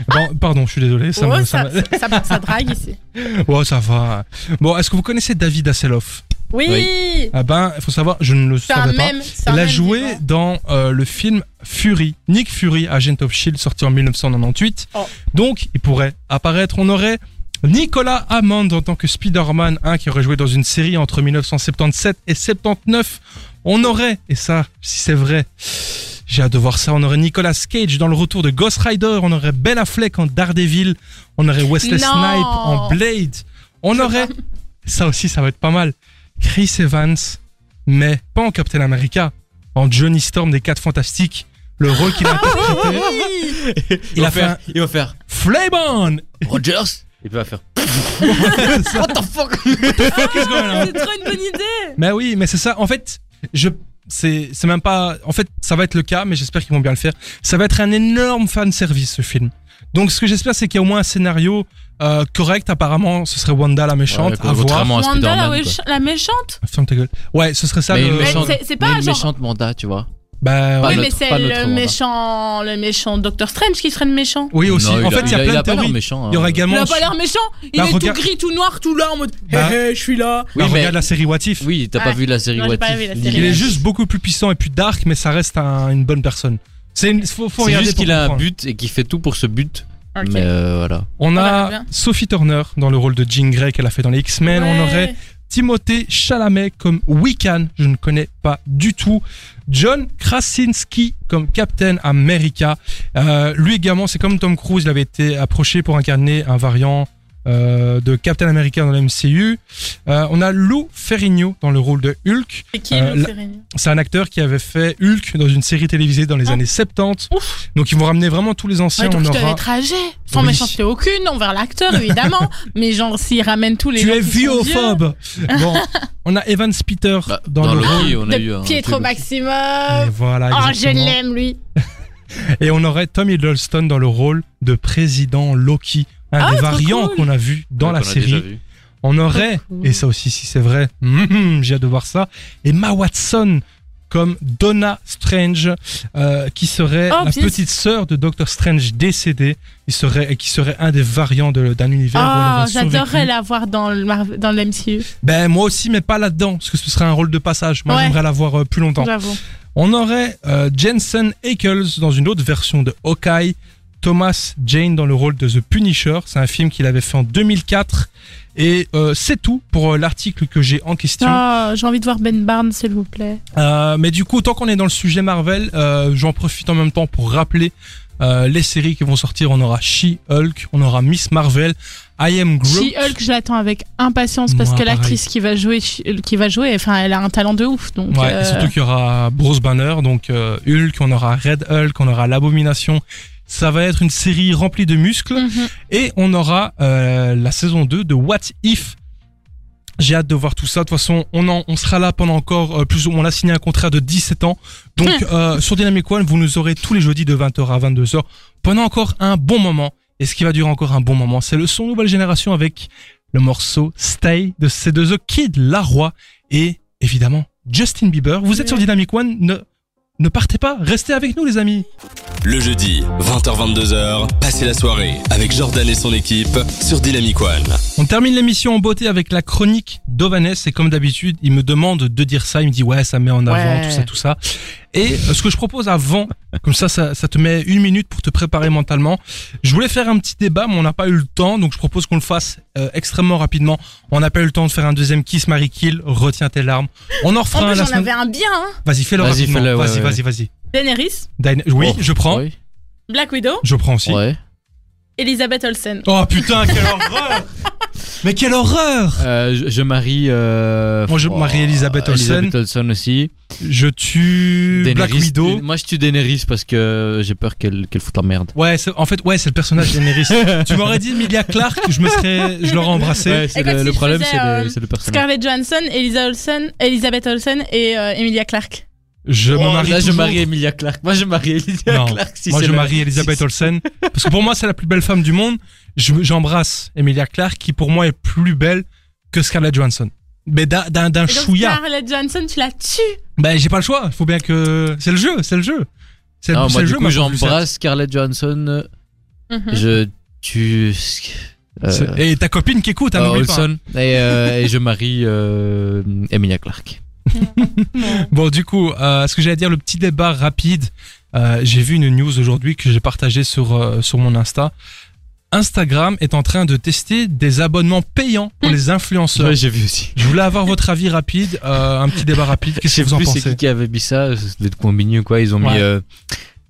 Speaker 2: Bon, pardon, je suis désolé. Ça,
Speaker 4: oh,
Speaker 2: me-
Speaker 4: ça,
Speaker 2: ça me-
Speaker 4: ça, ça drague ici.
Speaker 2: Oh, ça va. Bon, est-ce que vous connaissez David Hasselhoff
Speaker 4: Oui,
Speaker 2: Ah ben, il faut savoir, je ne le
Speaker 4: C'est un
Speaker 2: savais pas.
Speaker 4: mème. c'est un
Speaker 2: Il a
Speaker 4: mème
Speaker 2: joué
Speaker 4: vivant.
Speaker 2: dans euh, le film Fury, Nick Fury, Agent of Shield, E sorti en 1998.
Speaker 4: Oh.
Speaker 2: Donc, il pourrait apparaître. On aurait Nicolas Hammond en tant que Spider-Man 1 qui aurait joué dans une série entre 1977 et 79. On aurait, et ça, si c'est vrai, j'ai hâte de voir ça, on aurait Nicolas Cage dans le retour de Ghost Rider, on aurait Ben Affleck en Daredevil, on aurait Wesley
Speaker 4: Non.
Speaker 2: Snipes en Blade, on
Speaker 4: [laughs]
Speaker 2: aurait, ça aussi, ça va être pas mal, Chris Evans, mais pas en Captain America, en Johnny Storm des 4 Fantastiques, le rôle qu'il a interprété.
Speaker 4: [laughs]
Speaker 2: Il
Speaker 3: va
Speaker 2: a fait
Speaker 3: faire.
Speaker 2: un
Speaker 3: Il va faire
Speaker 2: [laughs] Flaybon
Speaker 3: Rogers. Il va faire. What the fuck
Speaker 4: C'est trop une bonne idée.
Speaker 2: hein. Mais oui, mais c'est ça. En fait, je c'est c'est même pas. En fait, ça va être le cas, mais j'espère qu'ils vont bien le faire. Ça va être un énorme fan service ce film. Donc, ce que j'espère, c'est qu'il y a au moins un scénario euh, correct. Apparemment, ce serait Wanda la méchante. à voir.
Speaker 3: Contrairement à
Speaker 4: Wanda, la,
Speaker 3: Spider-Man. quoi.
Speaker 4: méch- la méchante.
Speaker 2: Ferme ta gueule. Ouais, ce serait ça.
Speaker 3: Mais
Speaker 2: le-
Speaker 3: une
Speaker 4: Mais
Speaker 3: méchante- Ah,
Speaker 4: c'est- c'est
Speaker 3: mais
Speaker 4: pas
Speaker 3: une
Speaker 4: genre-
Speaker 3: méchante mandat, tu vois.
Speaker 2: Bah,
Speaker 3: Pas
Speaker 4: oui,
Speaker 2: on-
Speaker 3: notre-
Speaker 4: mais c'est
Speaker 3: pas notre
Speaker 4: le
Speaker 3: Wanda.
Speaker 4: méchant, le méchant Doctor Strange qui serait le méchant.
Speaker 2: oui aussi.
Speaker 3: Non,
Speaker 2: en
Speaker 3: il
Speaker 2: fait, il y a plein
Speaker 3: il
Speaker 2: de
Speaker 3: il a pas l'air
Speaker 2: théories.
Speaker 3: méchant, hein.
Speaker 2: Il y aura également.
Speaker 4: Il a pas l'air méchant, il
Speaker 2: Bah,
Speaker 4: est
Speaker 2: regarde-
Speaker 4: tout gris, tout noir, tout là en mode hé
Speaker 2: Bah.
Speaker 4: hé, je suis là.
Speaker 2: Bah,
Speaker 3: Oui, mais-
Speaker 2: Regarde la série What If.
Speaker 3: Oui, t'as pas
Speaker 4: Ouais.
Speaker 3: vu la série
Speaker 4: Non, j'ai
Speaker 3: What
Speaker 4: pas
Speaker 3: If,
Speaker 4: vu la
Speaker 3: Lily.
Speaker 4: série.
Speaker 2: Il est juste beaucoup plus puissant et plus dark, mais ça reste un- une bonne personne. C'est une, faut, faut
Speaker 3: C'est
Speaker 2: regarder
Speaker 3: juste
Speaker 2: pour
Speaker 3: qu'il a un
Speaker 2: comprendre.
Speaker 3: but et qu'il fait tout pour ce but.
Speaker 4: Ok.
Speaker 3: Mais euh, voilà.
Speaker 2: On
Speaker 4: verra
Speaker 2: a
Speaker 4: Ah, bien.
Speaker 2: Sophie Turner dans le rôle de Jean Grey qu'elle a fait dans les X-Men. On
Speaker 4: Ouais.
Speaker 2: aurait Timothée Chalamet comme Wiccan, je ne connais pas du tout. John Krasinski comme Captain America. Euh, lui également, c'est comme Tom Cruise, il avait été approché pour incarner un variant euh, de Captain America dans la MCU. Euh, on a Lou Ferrigno dans le rôle de Hulk.
Speaker 4: C'est qui
Speaker 2: Euh,
Speaker 4: Lou
Speaker 2: la-
Speaker 4: Ferrigno
Speaker 2: C'est un acteur qui avait fait Hulk dans une série télévisée dans les
Speaker 4: Ah.
Speaker 2: années 70.
Speaker 4: Ouf.
Speaker 2: Donc ils vont ramener vraiment tous les anciens.
Speaker 4: Ouais, donc
Speaker 2: on
Speaker 4: tu dois
Speaker 2: aura...
Speaker 4: être âgé, sans
Speaker 2: Oui.
Speaker 4: méchanceté aucune envers l'acteur
Speaker 2: [laughs]
Speaker 4: évidemment, mais genre s'il ramène tous les
Speaker 2: Tu
Speaker 4: gens
Speaker 2: es
Speaker 4: qui sont vieux. [laughs]
Speaker 2: viophobe. Bon, on a Evan Spitter
Speaker 3: Bah,
Speaker 2: dans, le rôle.
Speaker 3: Loki, on a eu
Speaker 4: De
Speaker 3: un.
Speaker 4: Pietro
Speaker 3: truc-
Speaker 2: Et
Speaker 4: Maximum.
Speaker 2: voilà.
Speaker 4: Oh, je
Speaker 2: exactement.
Speaker 4: l'aime lui.
Speaker 2: Et on aurait Tom Hiddleston dans le rôle de président Loki, un
Speaker 4: Ah,
Speaker 2: des
Speaker 4: trop
Speaker 2: variants
Speaker 4: cool.
Speaker 2: qu'on a vu dans
Speaker 3: Ouais,
Speaker 2: la
Speaker 3: qu'on a déjà
Speaker 2: série.
Speaker 3: vu.
Speaker 2: On aurait, et ça aussi si c'est vrai, [laughs] hum, j'ai hâte de voir ça, Emma Watson comme Donna Strange, euh, qui serait
Speaker 4: Oh,
Speaker 2: la
Speaker 4: punaise.
Speaker 2: petite sœur de Doctor Strange décédé, qui serait, et qui serait un des variants de- d'un univers. où
Speaker 4: Oh,
Speaker 2: elle aurait
Speaker 4: j'adorerais
Speaker 2: survécu.
Speaker 4: la voir dans le Marvel- dans le MCU.
Speaker 2: Ben moi aussi, mais pas là-dedans, parce que ce serait un rôle de passage. Moi,
Speaker 4: Ouais.
Speaker 2: j'aimerais la voir euh, plus longtemps.
Speaker 4: J'avoue.
Speaker 2: On aurait euh, Jensen Ackles dans une autre version de Hawkeye, Thomas Jane dans le rôle de The Punisher, c'est un film qu'il avait fait en 2004, et euh, c'est tout pour euh, l'article que j'ai en question.
Speaker 4: Oh, j'ai envie de voir Ben Barnes s'il vous plaît.
Speaker 2: Euh, mais du coup, tant qu'on est dans le sujet Marvel, euh, j'en profite en même temps pour rappeler euh, les séries qui vont sortir. On aura She-Hulk, on aura Miss Marvel, I Am Groot.
Speaker 4: She-Hulk, je l'attends avec impatience parce
Speaker 2: Moi,
Speaker 4: que
Speaker 2: pareil.
Speaker 4: l'actrice qui va jouer, She-Hulk- qui va jouer, enfin, elle a un talent de ouf. Donc,
Speaker 2: Ouais,
Speaker 4: euh,
Speaker 2: et surtout qu'il y aura Bruce Banner, donc euh, Hulk, on aura Red Hulk, on aura l'Abomination. Ça va être une série remplie de muscles.
Speaker 4: mhm.
Speaker 2: Et on aura euh, la saison 2 de What If. J'ai hâte de voir tout ça. De toute façon, on, en, on sera là pendant encore euh, plus ou moins. On a signé un contrat de 17 ans. Donc, euh, sur Dynamic One, vous nous aurez tous les jeudis de 20h à 22h pendant encore un bon moment. Et ce qui va durer encore un bon moment, c'est le son Nouvelle Génération avec le morceau Stay de ces deux The Kid Laroi et évidemment Justin Bieber. Vous êtes sur Dynamic One. Ne, ne partez pas. Restez avec nous, les amis.
Speaker 1: Le jeudi, 20h-22h, passez la soirée avec Jordan et son équipe sur Dynamic One.
Speaker 2: On termine l'émission en beauté avec la chronique d'Ovanes et comme d'habitude, il me demande de dire ça, il me dit ouais, ça met en avant,
Speaker 4: Ouais.
Speaker 2: tout ça, tout ça. Et euh, ce que je propose avant, comme ça, ça, ça te met une minute pour te préparer mentalement. Je voulais faire un petit débat, mais on n'a pas eu le temps, donc je propose qu'on le fasse euh, extrêmement rapidement. On n'a pas eu le temps de faire un deuxième kiss, Marie Kill, retiens tes larmes. On en
Speaker 4: En
Speaker 2: refera un
Speaker 4: plus,
Speaker 2: la
Speaker 4: j'en
Speaker 2: semaine.
Speaker 4: avais un bien. Hein.
Speaker 2: Vas-y, fais-le
Speaker 3: Vas-y,
Speaker 2: rapidement.
Speaker 3: fais-le, ouais,
Speaker 2: vas-y,
Speaker 3: ouais.
Speaker 2: vas-y, vas-y.
Speaker 4: Daenerys,
Speaker 2: Dyna- Oui,
Speaker 3: Oh,
Speaker 2: je prends.
Speaker 3: ouais,
Speaker 4: Black Widow,
Speaker 2: Je prends aussi.
Speaker 3: Ouais.
Speaker 4: Elisabeth Olsen.
Speaker 2: Oh putain, quelle
Speaker 3: [laughs]
Speaker 2: horreur Mais quelle horreur
Speaker 3: Euh, je, je marie. euh,
Speaker 2: Moi, je marie Elisabeth Olsen.
Speaker 3: Elisabeth Olsen aussi.
Speaker 2: Je tue Black
Speaker 3: Daenerys-
Speaker 2: Widow.
Speaker 3: Moi, je tue Daenerys parce que j'ai peur qu'elle qu'elle foute la merde.
Speaker 2: Ouais, c'est- en fait, ouais, c'est le personnage Daenerys.
Speaker 3: [laughs]
Speaker 2: tu m'aurais dit Emilia Clark, je me serais, je l'aurais embrassé.
Speaker 3: Ouais, c'est
Speaker 4: Écoute,
Speaker 3: le,
Speaker 4: si
Speaker 3: le
Speaker 4: je
Speaker 3: problème,
Speaker 4: faisais,
Speaker 3: c'est
Speaker 4: euh,
Speaker 3: le, c'est le personnage.
Speaker 4: Scarlett Johansson, Elisa Olsen, Elisabeth Olsen et euh, Emilia Clarke.
Speaker 2: Je me marie
Speaker 3: Oh, Là, je
Speaker 2: toujours.
Speaker 3: marie Emilia Clarke. Moi, je marie Emilia
Speaker 2: Non.
Speaker 3: Clarke. Si
Speaker 2: Moi,
Speaker 3: c'est
Speaker 2: je
Speaker 3: le-
Speaker 2: marie Elisabeth
Speaker 3: si-
Speaker 2: Olsen parce que pour moi, c'est la plus belle femme du monde. Je- J'embrasse Emilia Clark qui pour moi est plus belle que Scarlett Johansson. Mais d'un- d'un d'un
Speaker 4: Et donc,
Speaker 2: chouïa.
Speaker 4: Scarlett Johansson, tu la tues.
Speaker 2: Ben j'ai pas le choix. Faut bien que c'est le jeu, c'est le jeu. C'est
Speaker 3: Non,
Speaker 2: c'est
Speaker 3: moi,
Speaker 2: le
Speaker 3: du
Speaker 2: jeu.
Speaker 3: coup,
Speaker 2: ma producette.
Speaker 3: j'embrasse Scarlett Johansson.
Speaker 4: Mhm.
Speaker 3: Je tue. euh,
Speaker 2: C'est- Et ta copine qui écoute, hein,
Speaker 3: euh,
Speaker 2: n'oublie pas.
Speaker 3: Olsen. Et, euh, et je marie euh, Emilia Clarke.
Speaker 2: Bon, du coup, euh, ce que j'ai à dire, le petit débat rapide. euh, j'ai vu une news aujourd'hui que j'ai partagée sur, euh, sur mon Insta. Instagram est en train de tester des abonnements payants pour les influenceurs.
Speaker 3: Ouais, j'ai vu aussi.
Speaker 2: Je voulais avoir votre avis rapide, euh, un petit débat rapide.
Speaker 3: Je
Speaker 2: Qu'est-ce que
Speaker 3: sais
Speaker 2: vous en
Speaker 3: plus c'est
Speaker 2: pensez
Speaker 3: qui qui avait mis ça. C'était de Combini ou quoi. Ils ont
Speaker 2: Ouais.
Speaker 3: mis. euh,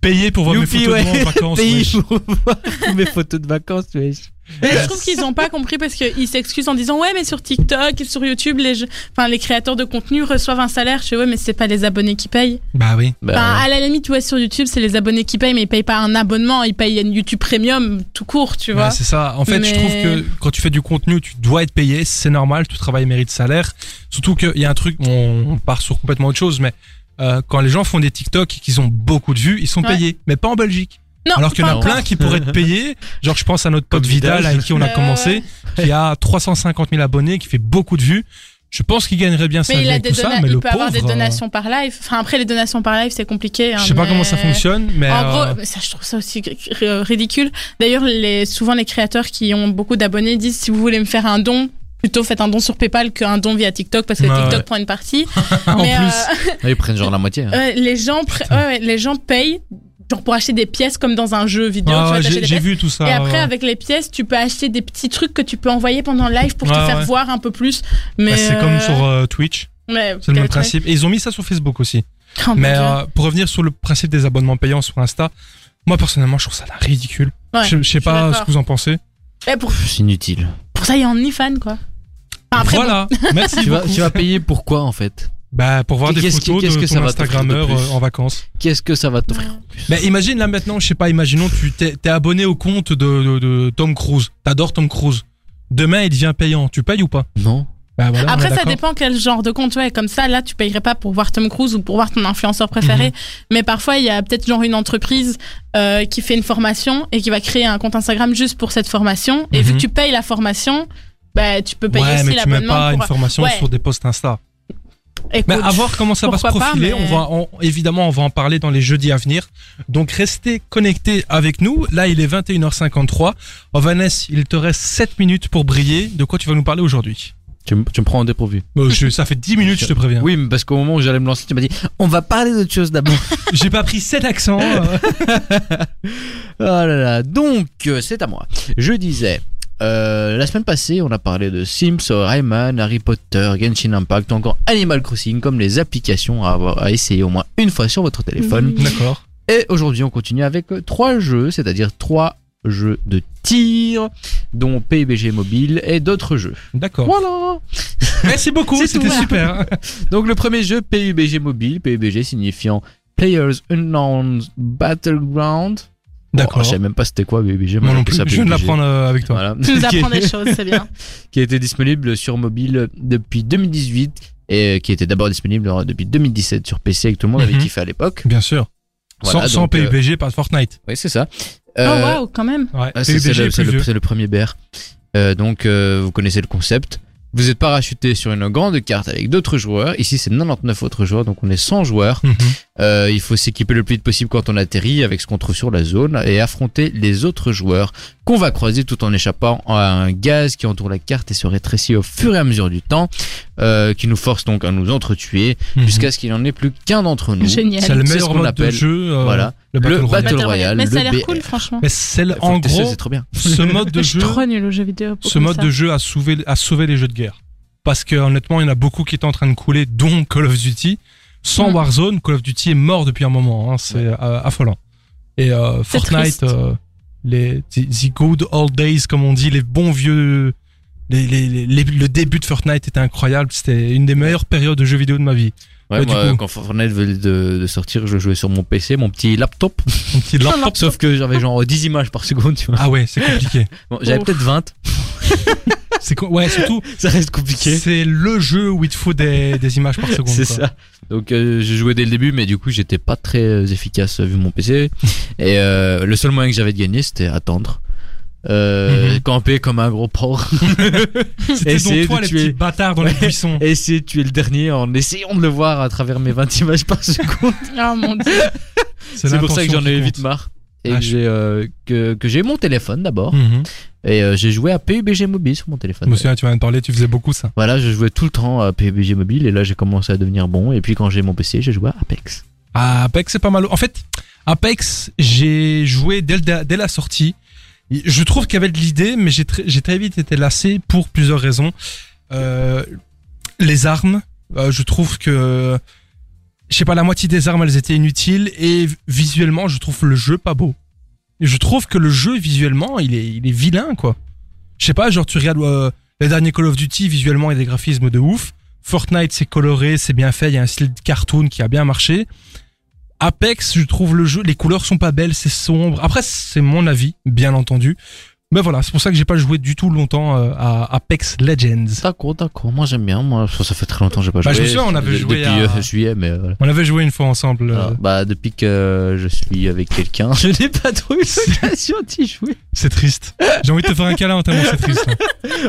Speaker 2: Payer pour voir mes
Speaker 3: Youpi,
Speaker 2: photos de
Speaker 3: ouais.
Speaker 2: moi en vacances.
Speaker 3: pays
Speaker 2: wesh.
Speaker 3: pour voir tous mes photos de vacances, wesh.
Speaker 4: Mais je trouve qu'ils n'ont pas compris parce qu'ils s'excusent en disant ouais mais sur TikTok et sur YouTube les, jeux- enfin, les créateurs de contenu reçoivent un salaire. Je fais ouais mais c'est pas les abonnés qui payent.
Speaker 2: Bah oui.
Speaker 4: Enfin,
Speaker 3: Bah,
Speaker 4: à la limite, ouais, sur YouTube, c'est les abonnés qui payent, mais ils payent pas un abonnement, ils payent une YouTube Premium tout court, tu vois.
Speaker 2: Ouais, c'est ça. En fait, je
Speaker 4: Mais-
Speaker 2: trouve que quand tu fais du contenu, tu dois être payé. C'est normal. Tout travail mérite salaire. Surtout qu'il y a un truc, on, on part sur complètement autre chose, mais euh, quand les gens font des TikTok et qu'ils ont beaucoup de vues, ils sont
Speaker 4: Ouais.
Speaker 2: payés, mais pas en Belgique.
Speaker 4: non,
Speaker 2: Alors qu'il y en
Speaker 4: pas
Speaker 2: a
Speaker 4: encore.
Speaker 2: plein qui pourraient être payés. Genre, je pense à notre pote
Speaker 3: Comme
Speaker 2: Vidal
Speaker 3: Vidal.
Speaker 2: avec qui on a
Speaker 4: Ouais,
Speaker 2: commencé, qui a 350 000 abonnés, qui fait beaucoup de vues. Je pense qu'il gagnerait bien sa
Speaker 4: Mais
Speaker 2: vie
Speaker 4: il, a
Speaker 2: avec
Speaker 4: des
Speaker 2: tout ça,
Speaker 4: dona-
Speaker 2: mais
Speaker 4: il
Speaker 2: le
Speaker 4: peut avoir des
Speaker 2: pauvre, euh,
Speaker 4: donations par live. Enfin, après, les donations par live, c'est compliqué. hein,
Speaker 2: Je sais pas
Speaker 4: mais-
Speaker 2: comment ça fonctionne, mais
Speaker 4: En gros,
Speaker 2: euh,
Speaker 4: mais ça, je trouve ça aussi euh, ridicule. D'ailleurs, les, souvent, les créateurs qui ont beaucoup d'abonnés disent si vous voulez me faire un don, plutôt faites un don sur PayPal qu'un don via TikTok parce que
Speaker 2: Ouais,
Speaker 4: TikTok
Speaker 2: ouais.
Speaker 4: prend
Speaker 2: [laughs]
Speaker 4: une partie.
Speaker 3: En
Speaker 4: [laughs] Mais,
Speaker 3: plus,
Speaker 4: euh,
Speaker 3: ils prennent genre la moitié.
Speaker 2: Euh.
Speaker 3: hein.
Speaker 4: ouais, les, gens pr- ouais, ouais, les gens payent genre, pour acheter des pièces comme dans un jeu vidéo.
Speaker 2: ah,
Speaker 4: tu vois, t'achètes
Speaker 2: j'ai
Speaker 4: des
Speaker 2: j'ai
Speaker 4: pièces.
Speaker 2: vu tout ça.
Speaker 4: Et après,
Speaker 2: ouais.
Speaker 4: avec les pièces, tu peux acheter des petits trucs que tu peux envoyer pendant le live pour
Speaker 2: Ouais,
Speaker 4: te faire
Speaker 2: ouais.
Speaker 4: voir un peu plus.
Speaker 2: Bah,
Speaker 4: Mais
Speaker 2: c'est
Speaker 4: euh,
Speaker 2: comme sur euh, Twitch,
Speaker 4: mais
Speaker 2: c'est le
Speaker 4: quel
Speaker 2: même
Speaker 4: truc.
Speaker 2: principe. Et ils ont mis ça sur Facebook aussi.
Speaker 4: Oh, mon
Speaker 2: Mais
Speaker 4: Dieu.
Speaker 2: euh, pour revenir sur le principe des abonnements payants sur Insta, moi personnellement, je trouve ça là ridicule.
Speaker 4: Ouais,
Speaker 2: je, je sais
Speaker 4: suis
Speaker 2: pas ce
Speaker 4: d'accord.
Speaker 2: que vous en pensez.
Speaker 4: Eh, pour,
Speaker 3: C'est inutile.
Speaker 4: pour ça, il y a OnlyFans, quoi. Enfin, Bah, après,
Speaker 2: voilà, merci.
Speaker 3: Tu vas,
Speaker 2: beaucoup.
Speaker 3: tu vas payer pour quoi en fait
Speaker 2: Bah, pour voir des
Speaker 3: Qu'est-ce que-
Speaker 2: photos
Speaker 3: qu'est-ce
Speaker 2: de
Speaker 3: que ça
Speaker 2: ton
Speaker 3: va t'offrir de
Speaker 2: Instagrammeur
Speaker 3: plus
Speaker 2: euh, en vacances.
Speaker 3: Qu'est-ce que ça va
Speaker 4: bon,
Speaker 3: t'offrir
Speaker 2: Mais imagine là maintenant, je sais pas, imaginons tu t'es t'es abonné au compte de, de- de Tom Cruise. T'adores Tom Cruise. Demain, il devient payant. Tu payes ou pas
Speaker 3: Non.
Speaker 2: Bah, voilà, on est
Speaker 4: Après, ça
Speaker 2: d'accord.
Speaker 4: dépend quel genre de compte tu as. Comme ça, là, tu payerais pas pour voir Tom Cruise ou pour voir ton influenceur préféré.
Speaker 2: Mhm.
Speaker 4: Mais parfois, il y a peut-être genre une entreprise euh, qui fait une formation et qui va créer un compte Instagram juste pour cette formation. Et
Speaker 2: Mhm.
Speaker 4: vu que tu payes la formation, bah, tu peux payer
Speaker 2: Ouais,
Speaker 4: aussi
Speaker 2: mais tu mets
Speaker 4: l'abonnement.
Speaker 2: pas
Speaker 4: Pour...
Speaker 2: une formation
Speaker 4: Ouais.
Speaker 2: sur des posts Insta.
Speaker 4: Écoute,
Speaker 2: Mais à voir comment ça va se
Speaker 4: pourquoi pas,
Speaker 2: profiler,
Speaker 4: mais-
Speaker 2: on va en- évidemment on va en parler dans les jeudis à venir. Donc restez connectés avec nous. Là il est 21h53. Oh, Vanessa, il te reste 7 minutes pour briller. De quoi tu vas nous parler aujourd'hui
Speaker 3: Tu, me- tu me prends en dépourvu.
Speaker 2: Bon, je- Ça fait 10 minutes, je te préviens.
Speaker 3: Oui, mais parce qu'au moment où j'allais me lancer, tu m'as dit on va parler d'autre chose d'abord.
Speaker 2: J'ai pas pris 7 accents. euh.
Speaker 3: [laughs] Oh là là, donc euh, c'est à moi. Je disais, euh, la semaine passée, on a parlé de Sims, euh, Rayman, Harry Potter, Genshin Impact, ou encore Animal Crossing, comme les applications à, avoir, à essayer au moins une fois sur votre téléphone.
Speaker 2: Mm-hmm. [laughs]
Speaker 4: Mhm.
Speaker 2: D'accord.
Speaker 3: Et aujourd'hui, on continue avec euh, trois jeux, c'est-à-dire trois jeux de tir, dont PUBG Mobile et d'autres jeux.
Speaker 2: D'accord.
Speaker 3: Voilà
Speaker 2: Merci beaucoup,
Speaker 3: C'est
Speaker 2: c'était
Speaker 3: tout.
Speaker 2: super.
Speaker 3: Donc le premier jeu PUBG Mobile, PUBG signifiant Players Unknown Battleground. Bon,
Speaker 2: D'accord.
Speaker 3: je savais même pas c'était quoi PUBG.
Speaker 2: Moi
Speaker 3: moi,
Speaker 2: non
Speaker 3: j'appelle
Speaker 2: plus,
Speaker 3: ça
Speaker 2: je viens de
Speaker 3: PUBG.
Speaker 2: l'apprendre euh, avec toi.
Speaker 3: Voilà.
Speaker 2: [laughs]
Speaker 4: tu nous
Speaker 3: [laughs] Qui-
Speaker 4: apprends des choses, c'est bien.
Speaker 3: qui était disponible sur mobile depuis 2018 et qui était d'abord disponible euh, depuis 2017 sur PC et que tout le monde avait
Speaker 2: Mhm.
Speaker 3: kiffé à l'époque.
Speaker 2: Bien sûr. sans
Speaker 3: Voilà,
Speaker 2: sans
Speaker 3: donc, euh,
Speaker 2: PUBG, pas de Fortnite.
Speaker 3: Oui, c'est ça.
Speaker 4: Oh,
Speaker 3: Euh,
Speaker 4: waouh, quand même.
Speaker 2: Ouais,
Speaker 3: ah, c'est-
Speaker 2: PUBG
Speaker 3: C'est le,
Speaker 2: est
Speaker 3: c'est
Speaker 2: plus
Speaker 3: le-
Speaker 2: vieux.
Speaker 3: c'est le premier BR. Euh, donc, euh, vous connaissez le concept. Vous êtes parachuté sur une grande carte avec d'autres joueurs. Ici, c'est 99 autres joueurs, donc on est 100 joueurs.
Speaker 2: Mhm.
Speaker 3: Euh, il faut s'équiper le plus vite possible quand on atterrit avec ce qu'on trouve sur la zone et affronter les autres joueurs qu'on va croiser tout en échappant à un gaz qui entoure la carte et se rétrécit au fur et à mesure du temps, euh, qui nous force donc à nous entretuer
Speaker 2: Mhm.
Speaker 3: jusqu'à ce qu'il n'en ait plus qu'un d'entre nous.
Speaker 4: Génial.
Speaker 2: C'est le
Speaker 3: C'est ce
Speaker 2: meilleur
Speaker 3: qu'on
Speaker 2: mode de
Speaker 3: appelle-
Speaker 2: jeu. euh,
Speaker 3: Voilà.
Speaker 2: Le
Speaker 3: Le
Speaker 2: Battle Royale.
Speaker 3: Battle Royale,
Speaker 4: Mais ça a
Speaker 3: le
Speaker 4: l'air cool,
Speaker 3: BR.
Speaker 4: franchement.
Speaker 2: Mais c'est le-
Speaker 3: Faut
Speaker 2: Euh, en
Speaker 3: que t'essayes,
Speaker 2: gros
Speaker 3: c'est trop bien.
Speaker 2: ce mode
Speaker 3: [laughs]
Speaker 2: de
Speaker 4: je suis
Speaker 2: jeu.
Speaker 4: trop nul aux jeux vidéo. pour
Speaker 2: ce
Speaker 4: comme
Speaker 2: mode
Speaker 4: ça.
Speaker 2: de jeu a sauvé, a sauvé les jeux de guerre. Parce que honnêtement, il y en a beaucoup qui étaient en train de couler, dont Call of Duty. Sans
Speaker 4: Mm.
Speaker 2: Warzone, Call of Duty est mort depuis un moment. hein, c'est euh, affolant. Et euh,
Speaker 4: C'est
Speaker 2: Fortnite,
Speaker 4: triste.
Speaker 2: euh, les the, the good old days, comme on dit, les bons vieux. les- les- les- les- le début de Fortnite était incroyable. C'était une des meilleures périodes de jeux vidéo de ma vie.
Speaker 3: Ouais,
Speaker 2: Ouais, du
Speaker 3: moi,
Speaker 2: coup.
Speaker 3: quand Fortnite venait de, de sortir, je jouais sur mon PC, mon petit laptop.
Speaker 2: Mon [laughs] petit laptop.
Speaker 3: Sauf que j'avais genre 10 images par seconde, tu vois.
Speaker 2: Ah ouais, c'est compliqué.
Speaker 3: Bon, j'avais
Speaker 4: Ouf.
Speaker 3: peut-être 20.
Speaker 2: C'est co- ouais, surtout,
Speaker 3: [laughs] Ça reste compliqué.
Speaker 2: c'est le jeu où il te faut des, des images par seconde.
Speaker 3: C'est
Speaker 2: quoi.
Speaker 3: ça. Donc euh, je jouais dès le début, mais du coup j'étais pas très euh, efficace euh, vu mon
Speaker 2: [laughs]
Speaker 3: PC. Et euh, le seul moyen que j'avais de gagner, c'était attendre. Euh,
Speaker 2: Mhm.
Speaker 3: Camper comme un gros porc.
Speaker 2: [laughs] C'était
Speaker 3: Essayer
Speaker 2: donc toi,
Speaker 3: de
Speaker 2: les
Speaker 3: tuer.
Speaker 2: petits bâtards dans les
Speaker 3: [laughs]
Speaker 2: buissons.
Speaker 3: Essayer de tuer le dernier en essayant de le voir à travers mes 20 images par seconde.
Speaker 4: [laughs] Oh mon dieu.
Speaker 3: C'est pour ça que
Speaker 2: l'intention
Speaker 3: j'en ai
Speaker 2: qui
Speaker 3: vite
Speaker 2: compte.
Speaker 3: marre. Et
Speaker 2: Ah,
Speaker 3: que
Speaker 2: je-
Speaker 3: j'ai euh, que, que j'ai mon téléphone d'abord.
Speaker 2: Mhm.
Speaker 3: Et euh, j'ai joué à PUBG Mobile sur mon
Speaker 2: Je
Speaker 3: téléphone.
Speaker 2: me souviens, tu viens de parler, tu faisais beaucoup ça.
Speaker 3: Voilà, je jouais tout le temps à PUBG Mobile et là j'ai commencé à devenir bon. Et puis quand j'ai mon PC, j'ai joué à Apex.
Speaker 2: Ah, Apex, c'est pas mal. En fait, Apex, j'ai joué dès, le- dès la sortie. Je trouve qu'il y avait de l'idée, mais j'ai très, j'ai très vite été lassé pour plusieurs raisons. Euh, les armes, euh, je trouve que, je sais pas, la moitié des armes, elles étaient inutiles. Et visuellement, je trouve le jeu pas beau. Et je trouve que le jeu, visuellement, il est, il est vilain, quoi. Je sais pas, genre, tu regardes euh, les derniers Call of Duty, visuellement, il y a des graphismes de ouf. Fortnite, c'est coloré, c'est bien fait, il y a un style de cartoon qui a bien marché. Apex, je trouve le jeu, les couleurs sont pas belles, c'est sombre. Après, c'est mon avis, bien entendu. Mais voilà, c'est pour ça que j'ai pas joué du tout longtemps euh, à Apex Legends.
Speaker 3: D'accord, d'accord. Moi j'aime bien. Moi, ça ça fait très longtemps que j'ai pas
Speaker 2: Bah,
Speaker 3: joué.
Speaker 2: je me souviens, on avait
Speaker 3: De-
Speaker 2: joué
Speaker 3: depuis
Speaker 2: à-
Speaker 3: euh, juillet, mais voilà.
Speaker 2: On avait joué une fois ensemble. euh,
Speaker 3: Alors, bah depuis que euh, je suis avec quelqu'un, [laughs] je n'ai pas trop eu l'occasion d'y jouer.
Speaker 2: C'est triste. J'ai envie de te faire un câlin tellement c'est triste.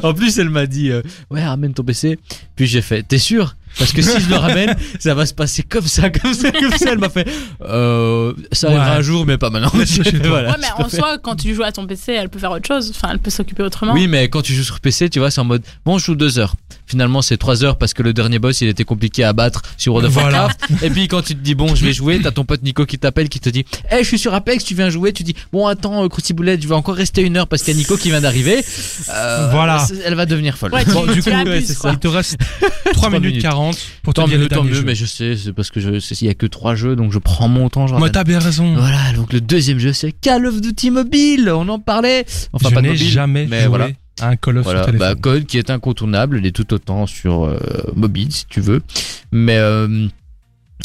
Speaker 3: En plus, elle m'a dit euh, ouais ramène ton PC. Puis j'ai fait t'es sûr Parce que si je le [laughs] ramène, ça va se passer comme ça, comme ça, comme ça. Elle m'a fait euh, ça arrivera
Speaker 2: Ouais.
Speaker 3: un jour, mais pas maintenant.
Speaker 2: Laisse-le chez toi.
Speaker 3: Voilà,
Speaker 4: Ouais, mais
Speaker 3: je
Speaker 4: en
Speaker 3: préfère.
Speaker 4: soi, quand tu joues à ton PC, elle peut faire autre chose. Enfin, elle peut s'occuper autrement. [laughs]
Speaker 3: Oui, mais quand tu joues sur PC, tu vois, c'est en mode bon, je joue deux heures. Finalement, c'est trois heures parce que le dernier boss, il était compliqué à battre sur World of
Speaker 2: Voilà.
Speaker 3: Warcraft. Et puis quand tu te dis bon, je vais jouer, t'as ton pote Nico qui t'appelle, qui te dit, hé, je suis sur Apex, tu viens jouer. Tu dis bon, attends, euh, Croustiboulette, je vais encore rester une heure parce qu'il y a Nico qui vient d'arriver. Euh,
Speaker 2: Voilà.
Speaker 3: c'est- Elle va devenir folle.
Speaker 4: Ouais, tu-
Speaker 2: Bon, du
Speaker 4: tu
Speaker 2: coup,
Speaker 4: l'abuses,
Speaker 3: ouais, c'est
Speaker 4: quoi.
Speaker 2: Il te
Speaker 3: [laughs]
Speaker 2: reste 3 minutes
Speaker 3: minutes.
Speaker 2: 40 pour te
Speaker 3: Tant
Speaker 2: dire
Speaker 3: mieux,
Speaker 2: le
Speaker 3: tant
Speaker 2: dernier
Speaker 3: mieux,
Speaker 2: jeu.
Speaker 3: mais je sais, c'est parce que je, c'est- il y a que trois jeux, donc je prends mon temps, je
Speaker 2: Moi,
Speaker 3: ramène.
Speaker 2: t'as bien raison.
Speaker 3: Voilà, donc le deuxième jeu, c'est Call of Duty Mobile. On en parlait. Enfin,
Speaker 2: je
Speaker 3: pas de
Speaker 2: n'ai
Speaker 3: mobile,
Speaker 2: jamais
Speaker 3: mais
Speaker 2: joué
Speaker 3: voilà.
Speaker 2: à un Call of
Speaker 3: Voilà,
Speaker 2: sur téléphone.
Speaker 3: bah, Code qui est incontournable, il est tout autant sur euh, mobile si tu veux. Mais euh,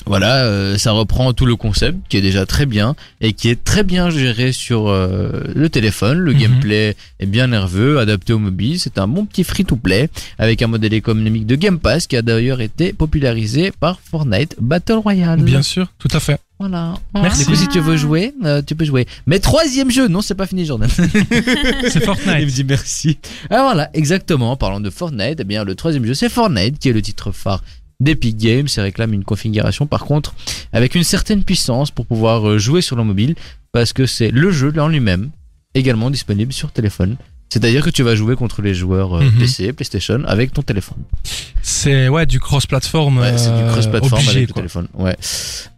Speaker 3: voilà, euh, ça reprend tout le concept qui est déjà très bien et qui est très bien géré sur euh, le téléphone. Le
Speaker 2: Mhm.
Speaker 3: gameplay est bien nerveux, adapté au mobile. C'est un bon petit free-to-play avec un modèle économique de Game Pass qui a d'ailleurs été popularisé par Fortnite Battle Royale.
Speaker 2: Bien sûr, tout à fait.
Speaker 3: Voilà.
Speaker 2: Merci.
Speaker 3: Du coup, si tu veux jouer, euh, tu peux jouer. Mais troisième jeu, non, c'est pas fini, Jordan.
Speaker 2: C'est
Speaker 3: Il me
Speaker 2: Fortnite.
Speaker 3: dit merci. Ah voilà, exactement. En parlant de Fortnite, eh bien le troisième jeu c'est Fortnite qui est le titre phare d'Epic Games et réclame une configuration par contre avec une certaine puissance pour pouvoir euh, jouer sur le mobile parce que c'est le jeu en lui-même également disponible sur téléphone. C'est-à-dire que tu vas jouer contre les joueurs euh,
Speaker 2: Mhm.
Speaker 3: PC, PlayStation avec ton téléphone.
Speaker 2: [laughs] C'est ouais du cross-platform.
Speaker 3: Ouais, c'est du
Speaker 2: euh,
Speaker 3: cross-platform
Speaker 2: obligé,
Speaker 3: avec le
Speaker 2: quoi.
Speaker 3: téléphone. Ouais.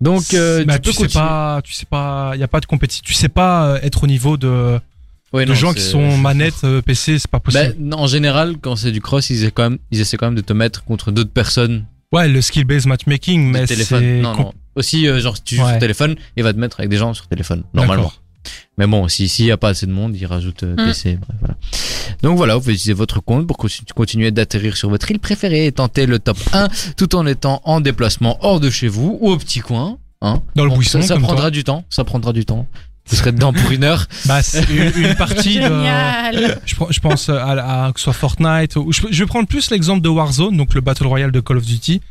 Speaker 3: Donc euh,
Speaker 2: Bah,
Speaker 3: tu peux
Speaker 2: sais
Speaker 3: continuer.
Speaker 2: pas, tu sais pas, il y a pas de compétition. Tu sais pas euh, être au niveau de,
Speaker 3: Ouais,
Speaker 2: de
Speaker 3: non,
Speaker 2: gens qui
Speaker 3: c'est-
Speaker 2: sont manettes euh, PC, c'est pas
Speaker 3: Ben,
Speaker 2: possible.
Speaker 3: non, en général, quand c'est du cross, ils essaient quand même, ils essaient quand même de te mettre contre d'autres personnes
Speaker 2: ouais, le skill-based matchmaking,
Speaker 3: de
Speaker 2: mais
Speaker 3: téléphone.
Speaker 2: c'est
Speaker 3: Non, non. Aussi, euh, genre, si tu joues
Speaker 2: Ouais.
Speaker 3: sur téléphone, il va te mettre avec des gens sur téléphone, normalement.
Speaker 2: D'accord.
Speaker 3: Mais bon, si- s'il n'y a pas assez de monde, il rajoute euh,
Speaker 4: Hmm.
Speaker 3: PC. bref, voilà. Donc voilà, vous pouvez utiliser votre compte pour cons- continuer d'atterrir sur votre île préférée et tenter le top 1 tout en étant en déplacement hors de chez vous ou au petit coin. Hein.
Speaker 2: Dans le
Speaker 3: Bon,
Speaker 2: buisson,
Speaker 3: ça, ça
Speaker 2: comme
Speaker 3: prendra
Speaker 2: toi.
Speaker 3: du temps. Ça prendra du temps. Vous serez dedans pour une heure.
Speaker 2: Bah, c'est une, une partie. de,
Speaker 4: Génial.
Speaker 2: Je, prends- je pense à, à- que ce soit Fortnite. Ou, je, je vais prendre plus l'exemple de Warzone, donc le Battle Royale de Call of Duty.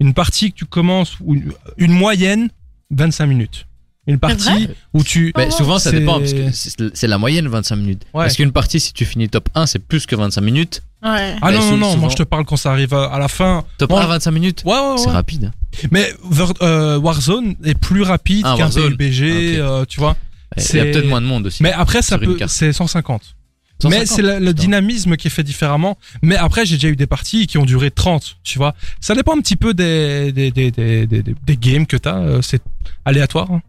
Speaker 2: Une partie que tu commences, ou une, une moyenne, 25 minutes. Une partie où tu.
Speaker 3: Mais Bah, souvent, ça
Speaker 2: C'est-
Speaker 3: dépend parce que c'est c'est la moyenne 25 minutes.
Speaker 2: Ouais.
Speaker 3: Parce qu'une partie, si tu finis top 1, c'est plus que 25 minutes.
Speaker 4: Ouais.
Speaker 2: Ah
Speaker 3: mais
Speaker 2: non, non,
Speaker 3: sou-
Speaker 2: non, moi
Speaker 3: souvent-
Speaker 2: je te parle quand ça arrive à, à la fin.
Speaker 3: Top
Speaker 2: Ouais.
Speaker 3: 1, 25 minutes.
Speaker 2: Ouais, ouais,
Speaker 3: C'est
Speaker 2: ouais.
Speaker 3: rapide. hein.
Speaker 2: Mais Ver- euh, Warzone est plus rapide
Speaker 3: Ah,
Speaker 2: qu'un
Speaker 3: Warzone.
Speaker 2: PUBG,
Speaker 3: Ah,
Speaker 2: euh, tu vois.
Speaker 3: Il y a
Speaker 2: C'est-
Speaker 3: peut-être moins de monde aussi.
Speaker 2: Mais après, ça
Speaker 3: Sur une
Speaker 2: peut.
Speaker 3: carte.
Speaker 2: C'est 150. Mais
Speaker 3: 150.
Speaker 2: c'est le, le dynamisme qui est fait différemment. Mais après, j'ai déjà eu des parties qui ont duré 30, tu vois. Ça dépend un petit peu des, des, des, des, des, des- des games que t'as. euh, C'est aléatoire. hein.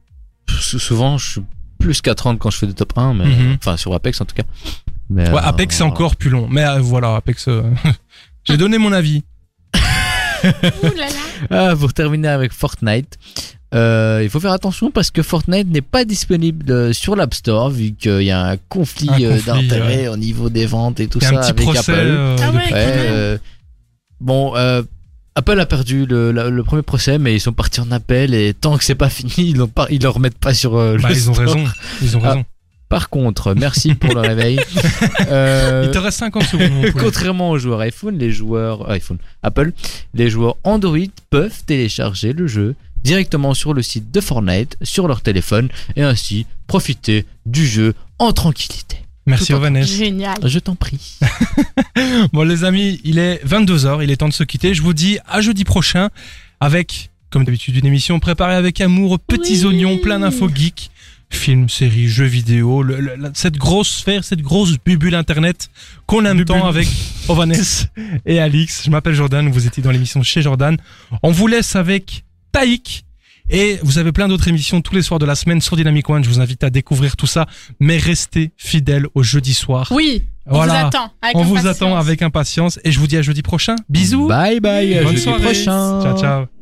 Speaker 3: Ah, Sou- souvent je suis plus qu'à 30 quand je fais des top 1 mais
Speaker 2: Mhm.
Speaker 3: enfin sur Apex en tout cas mais
Speaker 2: Ouais,
Speaker 3: euh,
Speaker 2: Apex, c'est
Speaker 3: voilà.
Speaker 2: encore plus long. Mais euh, voilà, Apex. euh, [laughs] j'ai donné mon avis.
Speaker 4: Ouh là là.
Speaker 3: ah, pour terminer avec Fortnite euh, il faut faire attention parce que Fortnite n'est pas disponible euh, sur l'App Store vu qu'il y a un conflit,
Speaker 2: Un
Speaker 3: euh,
Speaker 2: conflit,
Speaker 3: d'intérêts au niveau des ventes et tout
Speaker 2: Il y a
Speaker 3: ça
Speaker 2: un petit
Speaker 3: avec
Speaker 2: procès.
Speaker 3: Apple.
Speaker 2: euh,
Speaker 4: Ah
Speaker 2: de-
Speaker 4: ouais,
Speaker 3: Ouais, euh, bon, euh, Apple a perdu le, la- le premier procès, mais ils sont partis en appel et tant que c'est pas fini, ils l'ont pas, ils le remettent pas sur euh, le
Speaker 2: Bah, ils ont
Speaker 3: store.
Speaker 2: raison. Ils ont
Speaker 3: Ah.
Speaker 2: raison.
Speaker 3: Par contre, merci pour le
Speaker 2: [laughs]
Speaker 3: réveil. Euh,
Speaker 2: Il te reste 50 secondes.
Speaker 3: [laughs]
Speaker 2: mon poulet.
Speaker 3: Contrairement aux joueurs iPhone, les joueurs euh, iPhone, Apple, les joueurs Android peuvent télécharger le jeu directement sur le site de Fortnite sur leur téléphone et ainsi profiter du jeu en tranquillité.
Speaker 2: Merci,
Speaker 3: Tout en-
Speaker 2: Ovanès.
Speaker 4: Génial.
Speaker 3: Je t'en prie.
Speaker 2: [laughs] Bon les amis, il est 22h, il est temps de se quitter. Je vous dis à jeudi prochain avec, comme d'habitude, une émission préparée avec amour, aux petits
Speaker 4: Oui.
Speaker 2: oignons, plein d'infos geeks, films, séries, jeux vidéo, le- le- la- cette grosse sphère, cette grosse bubule internet qu'on aime tant avec Ovanès et Alix. Je m'appelle Jordan, vous étiez dans l'émission chez Jordan. On vous laisse avec Taïk. Et vous avez plein d'autres émissions tous les soirs de la semaine sur Dynamic One. Je vous invite à découvrir tout ça, mais restez fidèles au jeudi soir.
Speaker 4: Oui. On
Speaker 2: Voilà.
Speaker 4: vous attend. avec
Speaker 2: On vous
Speaker 4: impatience.
Speaker 2: attend avec impatience et je vous dis à jeudi prochain. Bisous.
Speaker 3: Bye bye. à
Speaker 2: Bonne
Speaker 3: jeudi
Speaker 2: soirée.
Speaker 3: prochain.
Speaker 2: Ciao, ciao.